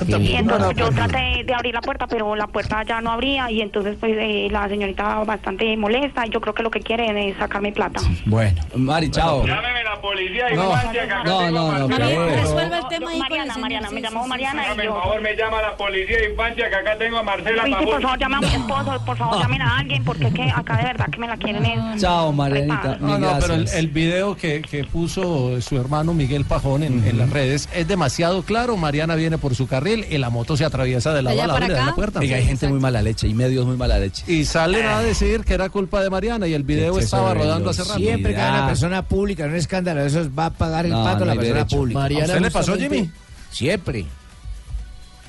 D: pues,
P: entonces yo traté de abrir la puerta, pero la puerta ya no abría y entonces pues eh, la señorita bastante molesta y yo creo que lo que quieren es sacarme plata.
E: Bueno, Mari, chao.
S: Llámeme la policía y
E: No.
S: guardia, que acá
E: No,
S: tengo
E: no, no,
S: Martina.
E: pero bueno. Resuelva
P: el tema Mariana, Mariana, me llamó Mariana
S: Hágame
P: y
S: el
P: yo...
S: favor, me llama la policía de infancia que acá tengo a Marcela
P: Luis, sí, por
S: Pavón.
P: favor, llame a mi esposo, por favor, llamen a alguien, porque es que acá de verdad que me la quieren es...
E: Chao, Marianita.
J: No, no, pero el,
E: gracias.
J: el video que, que puso su hermano Miguel Pajón en, en las redes es demasiado claro. Mariana viene por su carril y la moto se atraviesa de la
E: Allá
J: bala
E: para
J: de
E: acá.
J: la puerta.
E: Oiga, hay gente muy mala leche y medios muy mala leche.
J: Y salen a decir que era culpa de Mariana y el video
E: Exceso
J: estaba
E: de
J: rodando hace rato.
I: Siempre que hay una persona pública en un escándalo, de esos va a pagar el pato la persona pública.
K: Mariana, justamente,
I: Siempre.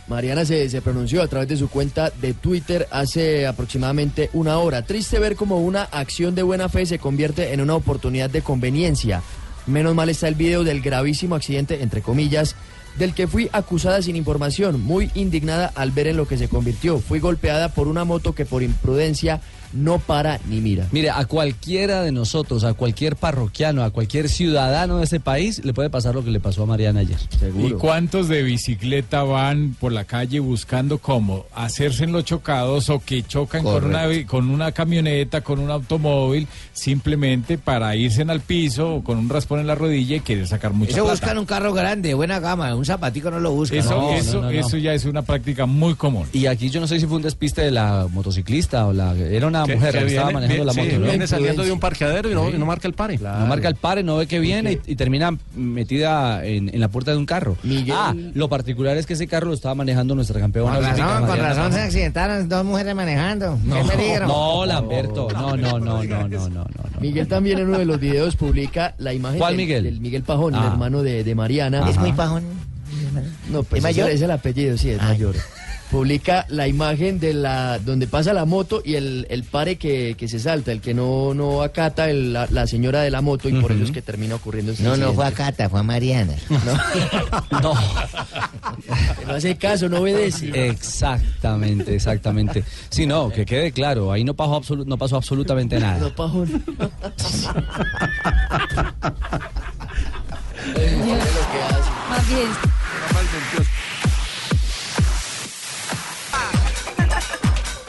K: Mariana se, se pronunció a través de su cuenta de Twitter hace aproximadamente una hora. Triste ver cómo una acción de buena fe se convierte en una oportunidad de conveniencia. Menos mal está el video del gravísimo accidente, entre comillas, del que fui acusada sin información, muy indignada al ver en lo que se convirtió. Fui golpeada por una moto que por imprudencia no para ni mira.
E: Mire, a cualquiera de nosotros, a cualquier parroquiano, a cualquier ciudadano de este país, le puede pasar lo que le pasó a Mariana ayer.
G: ¿Y cuántos de bicicleta van por la calle buscando cómo hacerse en los chocados o que chocan con una,
W: Correcto.
G: bi- con una camioneta, con un automóvil, simplemente para irse al piso o con un raspón en la rodilla y querer sacar mucha
I: Eso
G: plata?
I: buscan un carro grande, buena gama, un zapatico no lo buscan.
G: Eso,
I: No, no,
G: eso,
I: no, no.
G: eso ya es una práctica muy común.
E: Y aquí yo no sé si fue un despiste de la motociclista o la... Era una
J: Que-
E: mujer
J: que
E: la que estaba
J: viene-
E: manejando la
J: sí,
E: moto. ¿no?
J: viene saliendo de un parqueadero y no,
E: Sí.
J: y no marca el pare.
E: No marca el pare, no ve que viene y, y termina metida en, en la puerta de un carro. Ah, lo particular es que ese carro lo estaba manejando nuestra campeona.
V: Con
E: olímpica,
V: razón, con
E: Mariana
V: razón se
E: Pajón.
V: accidentaron dos mujeres manejando. Qué peligro.
E: No, Lamberto, no, no, no, no, no, no.
K: Miguel también en uno de los videos publica la imagen
E: ¿Cuál
K: del,
E: Miguel?
K: del Miguel Pajón,
E: Ah.
K: el hermano de, de Mariana.
V: Es muy pajón.
K: No, pues
V: ¿Es mayor? Ah.
K: ese Es el apellido, sí, es mayor. Publica la imagen de la donde pasa la moto y el, el pare que, que se salta, el que no, no acata el- la, la señora de la moto y por
V: Ujú.
K: ello es que termina ocurriendo este
V: No, no fue a
K: accidente.
V: Cata, fue a Mariana.
E: No.
K: No hace caso, no obedece.
E: Exactamente, exactamente. Sí, no, que quede claro, ahí no pasó, absolu- no pasó absolutamente nada.
K: No, Pajón.
L: Más bien.
K: Normalmente.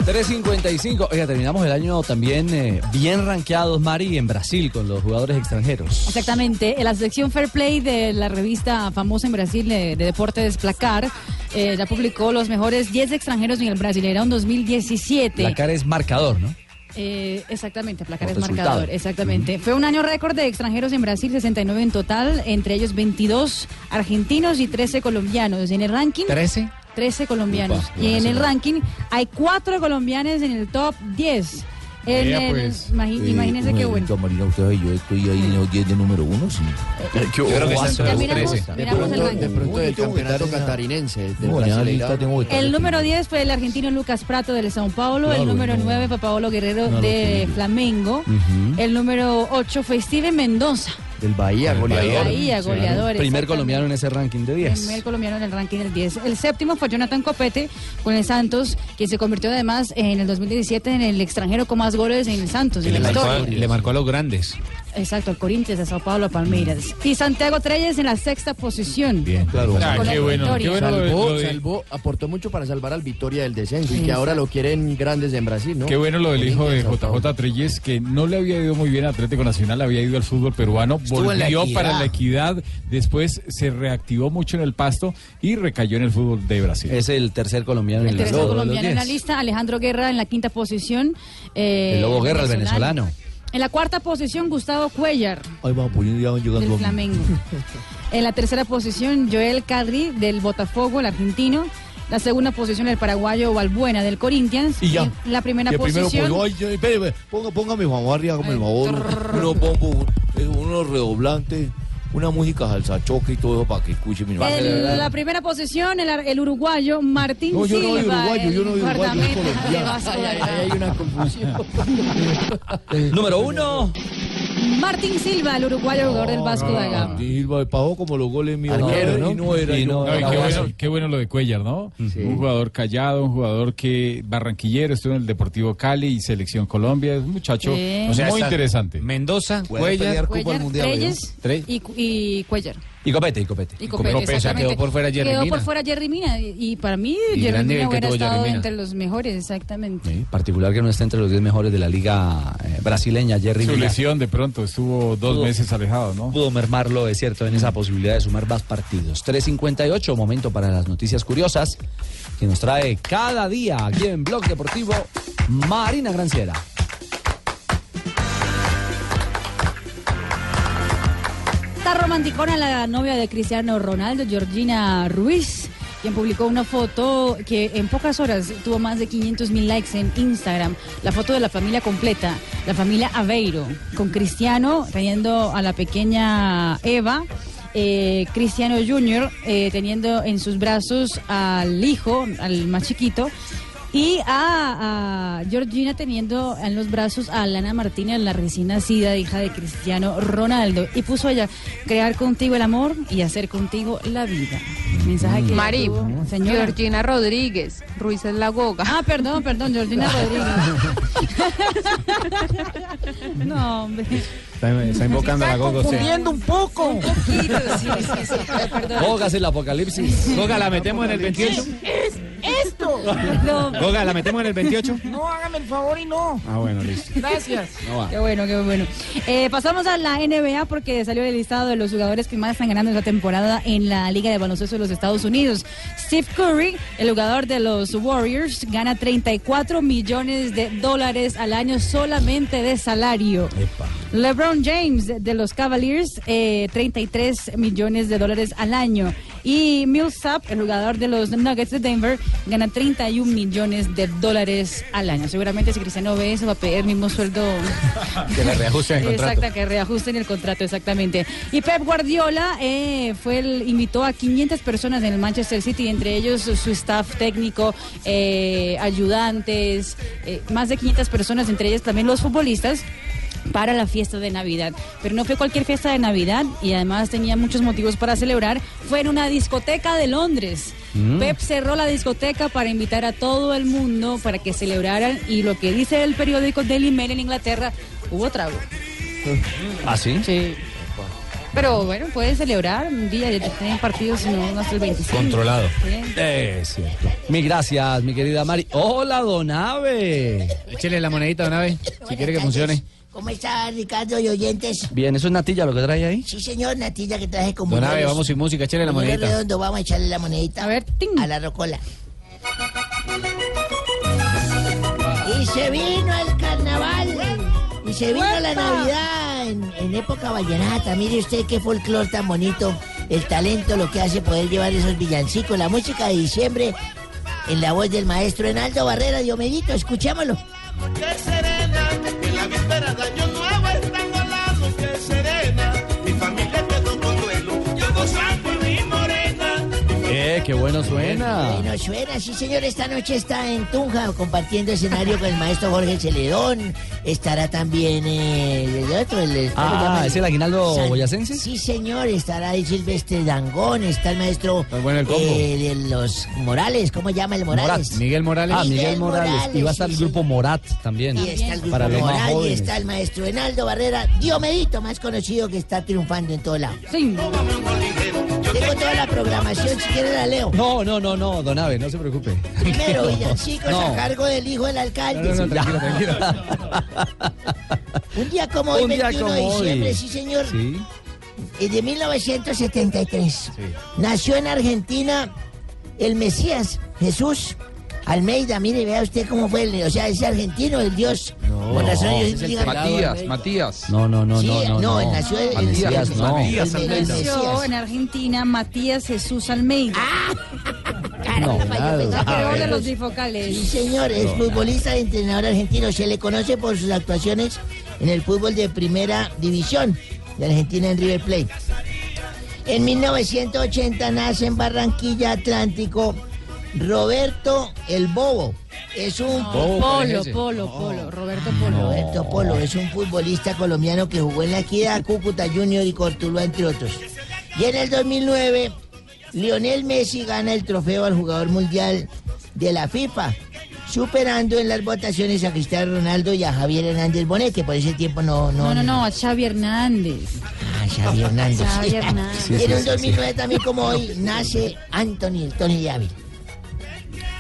E: 3.55, oiga, terminamos el año también eh, bien rankeados, Mari, en Brasil con los jugadores extranjeros.
L: Exactamente. En la sección Fair Play de la revista famosa en Brasil eh, de, deportes Placar eh, ya publicó los mejores 10 extranjeros en el Brasileirão 2017.
E: La cara es marcador, ¿no?
L: Eh, exactamente, placar
E: Por
L: es
E: resultado.
L: marcador. Exactamente. Fue un año récord de extranjeros en Brasil, 69 en total, entre ellos 22 argentinos y 13 colombianos. En el ranking.
I: 13.
L: 13 colombianos.
I: Upa,
L: y en
I: buenísimo.
L: el ranking hay 4 colombianos en el top 10. En
F: Vea,
L: el-
F: pues.
L: imagi- imagínense qué bueno.
F: Camarina, usted, yo estoy ahí en los 10 de número 1, sí.
K: Yo creo que
F: Guaso,
K: está entre
F: guaso.
K: los 13. De pronto, de pronto del campeonato catarinense. del
F: No, ya
K: Brasileirao.
F: lista tengo que estar.
L: El número 10 fue el argentino Lucas Prato del Sao Paulo,
F: Claro,
L: el número
F: no.
L: 9 fue Paolo Guerrero
F: No lo
L: de
F: tenía.
L: Flamengo,
E: Ujú.
L: el número 8 fue Steven Mendoza,
K: Del Bahía, goleador.
L: Bahía, goleador,
E: Primer
L: exactamente.
E: colombiano en ese ranking de 10.
L: primer colombiano en el ranking del 10. El séptimo fue Jonathan Copete con el Santos, quien se convirtió además en el 2017 en el extranjero con más goles en el Santos, en la historia.
X: a los grandes.
L: Exacto, al Corinthians, a Sao Paulo, a Palmeiras. Y Santiago Treyes en la sexta posición.
X: claro.
L: Ah, qué bueno, qué bueno lo de-
K: salvó,
L: lo de-
K: salvó, aportó mucho para salvar al Victoria del descenso y que
G: Exacto.
K: ahora lo quieren grandes en Brasil, ¿no?
G: Qué bueno lo del hijo de
K: Corinthians, Sao Paulo.
G: JJ Treyes, que no le había ido muy bien a Atlético Nacional, había ido al fútbol peruano,
K: Estuvo en la
G: volvió
K: Equidad.
G: para la equidad, después se reactivó mucho en el pasto y recayó en el fútbol de Brasil.
E: Es el tercer colombiano
G: en
L: El tercer colombiano en la lista, Alejandro Guerra en la quinta posición. eh,
G: El Lobo Guerra, el venezolano.
L: En la cuarta posición, Gustavo Cuellar,
F: Ahí vamos poniendo, ya van llegando. a
L: del
F: mí.
L: Flamengo. En la tercera posición, Joel Cadri, del Botafogo, el argentino. La segunda posición, el paraguayo Valbuena, del Corinthians.
F: Y ya.
L: En la primera
F: Y el primero,
L: posición,
F: pues, ay, ay, espere, espere, ponga, ponga mi mamá arriba, hágame el favor. Unos bombos, un- unos redoblantes, una música salsachoque y todo eso para que escuche mi mamá.
L: en la primera posición, el, ar- el uruguayo Martín
F: No, yo no
L: Silva.
F: soy uruguayo,
L: el
F: yo no soy uruguayo, yo soy
L: guardameta de
F: colombiano.
L: Vasco da
K: Ahí hay una confusión.
E: Número uno.
L: Martín Silva, el uruguayo jugador del Vasco da Gama.
F: Ah, Silva pagó como los goles míos.
G: Arquero,
F: Y no era.
G: Sí,
F: yo.
G: no, y qué, bueno, qué bueno lo de Cuellar, ¿no? Un jugador callado, un jugador que barranquillero, estuvo en el Deportivo Cali y Selección Colombia, es un muchacho
L: Sí.
G: muy
L: O sea, está-
G: interesante.
E: Mendoza,
G: Puede pelear Copa
L: Cuellar,
G: del
F: ¿eh?
G: Mundial,
L: Treyes
E: Tres.
L: y, y Cuellar.
E: Y copete, y copete.
L: Y Copete, exactamente.
X: quedó por fuera Jerry
L: Quedó
X: Mina.
L: por fuera Jerry Mina. Y, y para mí,
E: Y gran nivel
L: Jerry Mina
E: que
L: hubiera
E: tuvo Jerry
L: estado
E: Mina.
L: entre los mejores, exactamente.
E: particular que no está entre los 10 mejores de la liga eh, brasileña, Jerry
G: Su
E: Mina.
G: lesión de pronto estuvo dos
E: Pudo-
G: meses alejado, ¿no?
E: Pudo mermarlo, es cierto, en esa posibilidad de sumar más partidos. 3.58, momento para las noticias curiosas que nos trae cada día aquí en Blog Deportivo Marina Granciera.
L: Está romanticona la novia de Cristiano Ronaldo, Georgina Ruiz, quien publicó una foto que en pocas horas tuvo más de 500 mil likes en Instagram. La foto de la familia completa, la familia Aveiro, con Cristiano teniendo a la pequeña Eva. eh, Cristiano Jr. eh, teniendo en sus brazos al hijo, al más chiquito, y a, a Georgina teniendo en los brazos a Lana Martínez, la recién nacida hija de Cristiano Ronaldo. Y puso ella, crear contigo el amor y hacer contigo la vida. Mensaje que...
H: Mari,
L: ella tuvo. señora.
H: Georgina Rodríguez, Ruiz es la goga.
L: Ah, perdón, perdón, Georgina Rodríguez. no, hombre.
X: Está, está invocando a la Gogo. sí.
L: un poco. Un poquito, sí, sí, sí. Perdón.
E: Póngase el apocalipsis.
X: Goga, la metemos en el 28.
V: es esto?
X: Goga, la metemos en el 28.
V: No, hágame el favor y no.
X: Ah, bueno, listo.
V: Gracias.
X: No va.
L: Qué bueno, qué bueno. Eh, pasamos a la NBA porque salió el listado de los jugadores que más están ganando esta temporada en la Liga de Baloncesto de los Estados Unidos. Steve Curry, el jugador de los Warriors, gana 34 millones de dólares al año solamente de salario. LeBron James de los Cavaliers, eh, 33 millones de dólares al año. Y Millsap, el jugador de los Nuggets de Denver, gana 31 millones de dólares al año. Seguramente si Cristiano ve eso va a pedir el mismo sueldo.
X: Que le reajusten el contrato.
L: Exacto, que reajusten el contrato, exactamente. Y Pep Guardiola eh, fue el, invitó a 500 personas en el Manchester City, entre ellos su staff técnico, eh, ayudantes, eh, más de 500 personas, entre ellas también los futbolistas para la fiesta de Navidad. Pero no fue cualquier fiesta de Navidad y además tenía muchos motivos para celebrar. Fue en una discoteca de Londres.
D: Mm.
L: Pep cerró la discoteca para invitar a todo el mundo para que celebraran y lo que dice el periódico Daily Mail en Inglaterra, hubo trago.
E: ¿Ah, sí?
L: Sí. Pero bueno, pueden celebrar un día, ya tienen partidos no, no hasta el 25.
E: Controlado.
L: Sí.
E: Es cierto. Mi gracias, mi querida Mari. Hola, Donave.
X: Échele la monedita, Donave, si quiere que funcione.
V: ¿Cómo está Ricardo y oyentes?
E: Bien, eso es Natilla lo que trae ahí.
V: Sí, señor, Natilla que traje con
X: Donave,
V: buñuelos.
X: vamos sin música, échele la
V: Buñuelos
X: monedita.
V: redondos, vamos a echarle la monedita. A ver, A la rocola. Y se vino el carnaval. Y se vino la Navidad en, en época vallenata. Mire usted qué folclor tan bonito. El talento, lo que hace poder llevar esos villancicos. La música de diciembre en la voz del maestro Enaldo Barrera Diomedito. Escuchémoslo.
N: que serena, en la víspera de año nuevo están volando, que serena, mi familia te con consuelo, yo gozando a mi morena.
E: Eh, qué bueno suena.
V: Bueno, suena, sí señor, esta noche está en Tunja compartiendo escenario con el maestro Jorge Celedón. Estará también eh, el otro, el... ¿cómo
E: Ah,
V: se llama?
E: ¿es el aguinaldo boyacense?
V: Sí señor, estará el Silvestre Dangón, está el maestro...
E: Pues
X: bueno el combo.
V: eh, de los Morales, ¿cómo se llama el Morales?
X: Morat, Miguel Morales.
E: Ah, Miguel
V: Miguel
E: Morales.
V: Morales,
E: Y va a estar el grupo Morat también.
V: Y está el grupo
E: para los más
V: Moral, y
E: jóvenes.
V: está el maestro Enaldo Barrera, Diomedito, más conocido que está triunfando en todo lado.
L: Sí.
V: Tengo toda la programación, si quiere la leo.
E: No, no, no, no, Donave, no se preocupe.
V: Primero, villancicos
E: No.
V: a cargo del hijo del alcalde.
E: No, no, no, tranquilo,
V: Un día como hoy,
E: Un día
V: 21 de
E: como hoy.
V: diciembre, sí, señor.
E: Sí.
V: eh, De 1973. Nació en Argentina el Mesías, Jesús Almeida. Mire, vea usted cómo fue. el- o sea, ese argentino, el Dios. Por razón, ellos digan-
A: Matías, Matías.
E: No, no, no,
V: Sí,
E: no, no.
V: no, él nació en- en-
E: Matías,
V: en-
E: no.
V: Matías,
E: no.
V: Almeida.
L: Nació en Argentina Matías Jesús Almeida.
V: Ah,
L: Creador de
E: Ah,
L: los bifocales.
V: eh. Sí, señor, es
L: No,
V: futbolista y entrenador argentino. Se le conoce por sus actuaciones en el fútbol de primera división de Argentina en River Plate. En 1980 nace en Barranquilla Atlántico Roberto el Bobo, es un
L: Polo, Polo, Polo, Roberto Polo.
V: Roberto Polo eh. es un futbolista colombiano que jugó en la Equidad, Cúcuta Junior y Cortuluá, entre otros. Y en el 2009, Lionel Messi gana el trofeo al jugador mundial de la FIFA, superando en las votaciones a Cristiano Ronaldo y a Javier Hernández Bonet, que por ese tiempo no...
L: No, no, no, a Xavi Hernández.
V: Ah, Xavi Hernández.
L: Xavi Hernández.
V: Y en un 2009 también como hoy nace Anthony, el Tony Ávila.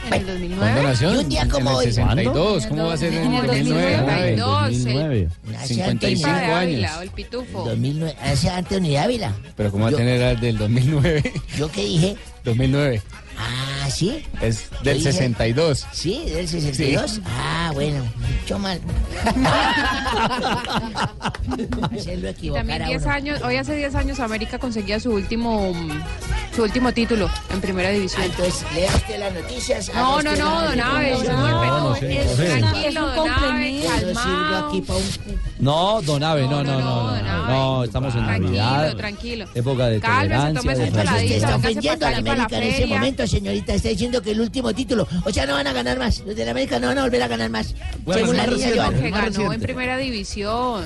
H: En el 2009.
X: ¿Cuándo nació?
V: Y un día como hoy.
X: En el 62.
H: ¿Cuándo?
X: ¿Cómo va a ser
H: En
X: en
H: el
X: el 2009?
H: 2009.
V: Nace
X: 55
H: Pipa de
X: años.
H: Ávila, o el pitufo.
V: 2009, hace Anthony Ávila.
X: Pero ¿cómo va a tener al del 2009?
V: ¿Yo qué dije?
X: 2009.
V: Ah, sí.
X: Es del
V: dije-
X: 62.
V: Sí, del 62.
X: Sí.
V: Ah, bueno, mucho mal. Hacerlo
H: Y
V: equivocar
H: también
V: a
H: 10
V: uno.
H: años, hoy hace 10 años América conseguía su último mm, su último título en primera división.
V: Entonces, lea usted las noticias. haga
H: No, no,
V: usted
H: no,
V: la-
H: don Aves, señor, pero
E: no sé,
H: es
E: no sé.
V: eh,
H: tranquilo,
L: Es un
H: don Aves,
L: complemento.
H: calmado.
E: No, don Ave, no, no, no, no, no, estamos en
H: Tranquilo,
E: Navidad.
H: tranquilo.
E: Época de
H: Cálmese,
E: tolerancia.
H: tómese
E: de
H: un
E: respeto.
V: Usted está
H: Hágase
V: ofendiendo a la
H: para acá, para la
V: América en ese
H: feria.
V: momento, señorita. Está diciendo que el último título. O sea, no van a ganar más. Los de la América no van a volver a ganar más.
O: Bueno,
V: Según la
O: más
V: niña
O: reciente,
H: Que
V: Joana.
O: más
H: ganó en
O: reciente.
H: primera división.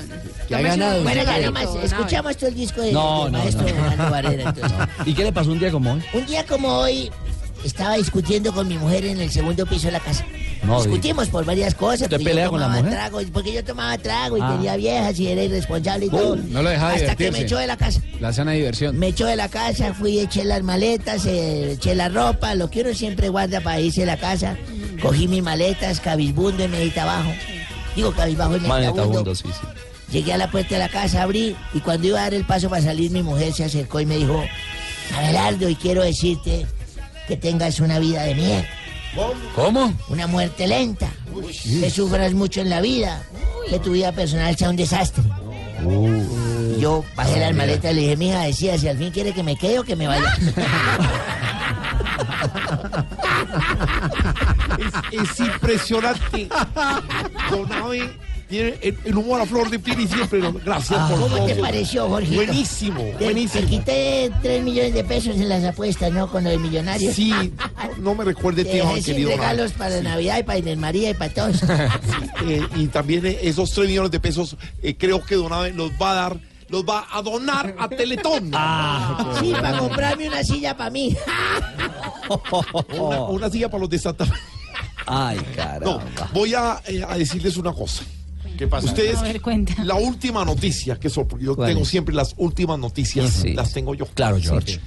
X: Que ha
H: Tómese un
X: ganado.
V: Bueno, ya
H: traguito,
V: nomás.
H: don Aves.
V: Escuchamos todo el disco de,
E: No,
V: del
E: no,
V: maestro
E: no.
V: Orlando Varela, entonces.
E: ¿Y qué le pasó un día como hoy?
V: Un día como hoy estaba discutiendo con mi mujer en el segundo piso de la casa.
E: No,
V: Discutimos por varias cosas.
E: ¿Usted
V: porque yo
E: pelea con la
V: tomaba
E: mujer?
V: trago, porque yo tomaba trago y
X: Ah. Uh,
V: tenía viejas y era irresponsable y todo.
X: no lo dejaba
V: Hasta que
X: divertirse.
V: me echó de la casa.
X: La sana diversión.
V: Me echó de la casa, fui, eché las maletas, eh, eché la ropa, lo que uno siempre guarda para irse de la casa. Cogí mis maletas, cabizbundo y medita abajo. Digo cabizbajo y medita
E: Manetabundo, sí, sí.
V: Llegué a la puerta de la casa, abrí y cuando iba a dar el paso para salir, mi mujer se acercó y me dijo, Abelardo, y quiero decirte que tengas una vida de mierda,
X: ¿Cómo?
V: una muerte lenta, que sufras mucho en la vida, que tu vida personal sea un desastre.
F: Uh.
V: Y yo bajé las maletas y le dije, mija, decía, si al fin quiere que me quede o que me vaya.
M: Es impresionante. Don Ave tiene el, el humor a flor de piel y siempre. lo- Gracias por
V: Ah, ¿Cómo te
M: todo.
V: pareció, Jorge?
M: Buenísimo,
V: Te- Te,
M: buenísimo.
V: quité 3 millones de pesos en las apuestas, ¿no? Con los millonarios.
M: Sí, no me recuerde,
V: Te
M: tío,
V: dejé sin
M: querido. Don Ave.
V: regalos para Navidad y para Inés María y para todos.
M: Eh, y también eh, esos 3 millones de pesos eh, creo que Donave los va a dar, los va a donar a Teletón.
V: Sí, para comprarme una silla para mí.
M: Una, una silla para los de Santa Fe.
E: Ay,
M: No,
E: caramba.
M: voy a, eh, a decirles una cosa.
X: ¿Qué
M: Ustedes,
L: A ver, cuenta.
M: la última noticia, que eso, porque yo
E: ¿Cuál
M: tengo
E: es?
M: siempre las últimas noticias,
E: Sí.
M: las tengo yo.
E: Claro, George.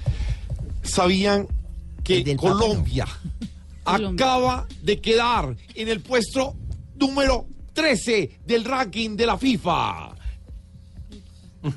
M: ¿Sabían que
V: Papa,
M: Colombia
L: Colombia.
M: acaba de quedar en el puesto número 13 del ranking de la FIFA?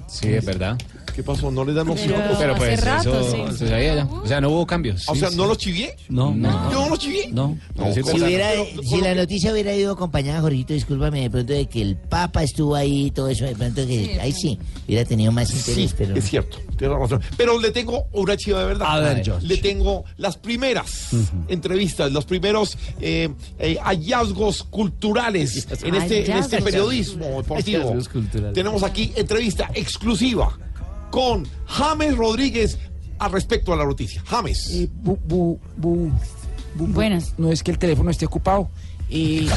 X: Sí, es verdad.
M: ¿Qué pasó? ¿No le dan opción?
L: Pero-
X: Pero pues
L: hace rato,
X: eso
L: sí.
X: se sabía ya. O sea, no hubo cambios.
M: Ah, O
X: Sí,
M: sea,
X: sí.
M: ¿no los chivié?
E: No, no,
M: ¿Yo no los chivié?
E: no.
M: No,
X: Sí,
M: ¿cómo?
V: Si, hubiera-
M: Pero-
V: si la noticia hubiera ido acompañada, Jorgito, discúlpame de pronto de que el Papa estuvo ahí y todo eso, de pronto que ahí sí, hubiera tenido más interés,
M: Sí,
V: pero
M: es cierto, tiene razón. Pero le tengo una chiva de verdad.
E: A ver, George.
M: Le tengo las primeras entrevistas, los primeros eh, eh, hallazgos culturales en este, en este
L: Hallazgos.
M: periodismo deportivo.
X: Hallazgos culturales.
M: Tenemos aquí entrevista exclusiva con James Rodríguez al respecto a la noticia. James.
D: Eh,
L: Buenas.
D: No es que el teléfono esté ocupado. Eh,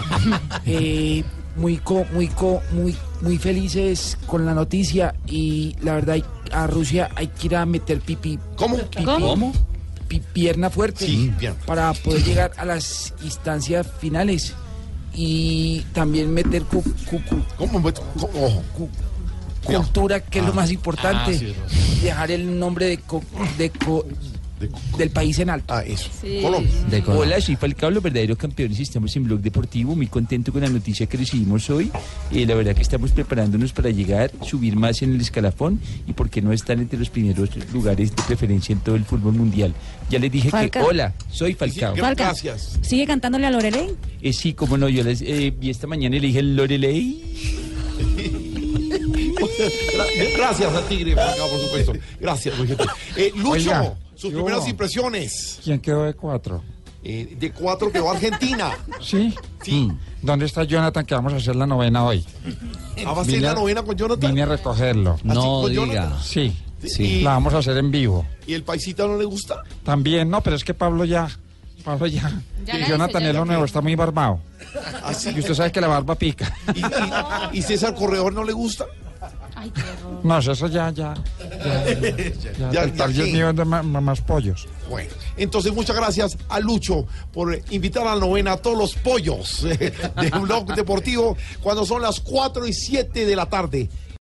D: eh, muy co- muy co- muy muy felices con la noticia y la verdad hay- a Rusia hay que ir a meter pipí,
M: ¿Cómo?
D: ¿Cómo? pierna fuerte
M: Sí, bien.
D: para poder llegar a las instancias finales y también meter cu- cu- cu-
M: ¿Cómo? ¿Cómo?
D: cultura que es lo más importante
M: sí,
D: dejar el nombre de co- de co- del país en alto.
M: Ah, eso.
L: Sí.
M: Colombia.
R: Hola, soy Falcao, los verdaderos campeones. y Estamos en Blog Deportivo, muy contento con la noticia que recibimos hoy. Eh, la verdad que estamos preparándonos para llegar, subir más en el escalafón y por qué no estar entre los primeros lugares de preferencia en todo el fútbol mundial. Ya les dije
L: Falcao.
R: que hola, soy Falcao.
M: Sí,
L: Falcao.
M: Gracias.
L: ¿Sigue cantándole a Loreley?
R: Eh, sí, como no, yo les eh, vi esta mañana y le dije Lorelei.
M: Gra- Gracias a Tigre, Falcao, por supuesto. Gracias, muy gentil. Eh, Lucho,
D: Oiga,
M: sus
D: ¿qué
M: primeras
D: hubo?
M: impresiones.
D: ¿Quién quedó de cuatro?
M: Eh, de cuatro quedó Argentina.
D: ¿Sí?
M: Sí.
S: Mm.
D: ¿Dónde está Jonathan que vamos a hacer la novena hoy?
M: Ah, va a ser
D: Vine
M: la
D: a-
M: novena con Jonathan.
D: Vine a recogerlo.
M: Así,
E: No
M: con Jonathan.
E: diga.
D: Sí,
M: Sí.
D: la vamos a hacer en vivo.
M: ¿Y el paisita no le gusta?
D: También, no, pero es que Pablo ya...
S: pasó ya.
M: Ya
S: Y
M: la hizo,
S: Jonathan
M: ya
S: es
M: la
S: lo nuevo, está muy barbado.
M: Así.
S: Y usted sabe que la barba pica.
M: ¿Y César Corredor no le gusta?
S: No, eso ya, ya. Ya,
M: Ya,
S: el
M: ya,
S: target
M: sí.
S: mío es de ma- ma- más pollos.
M: Bueno, entonces muchas gracias a Lucho por eh, invitar a la novena a todos los pollos eh, de Blog Deportivo cuando son las 4 y 7 de la tarde.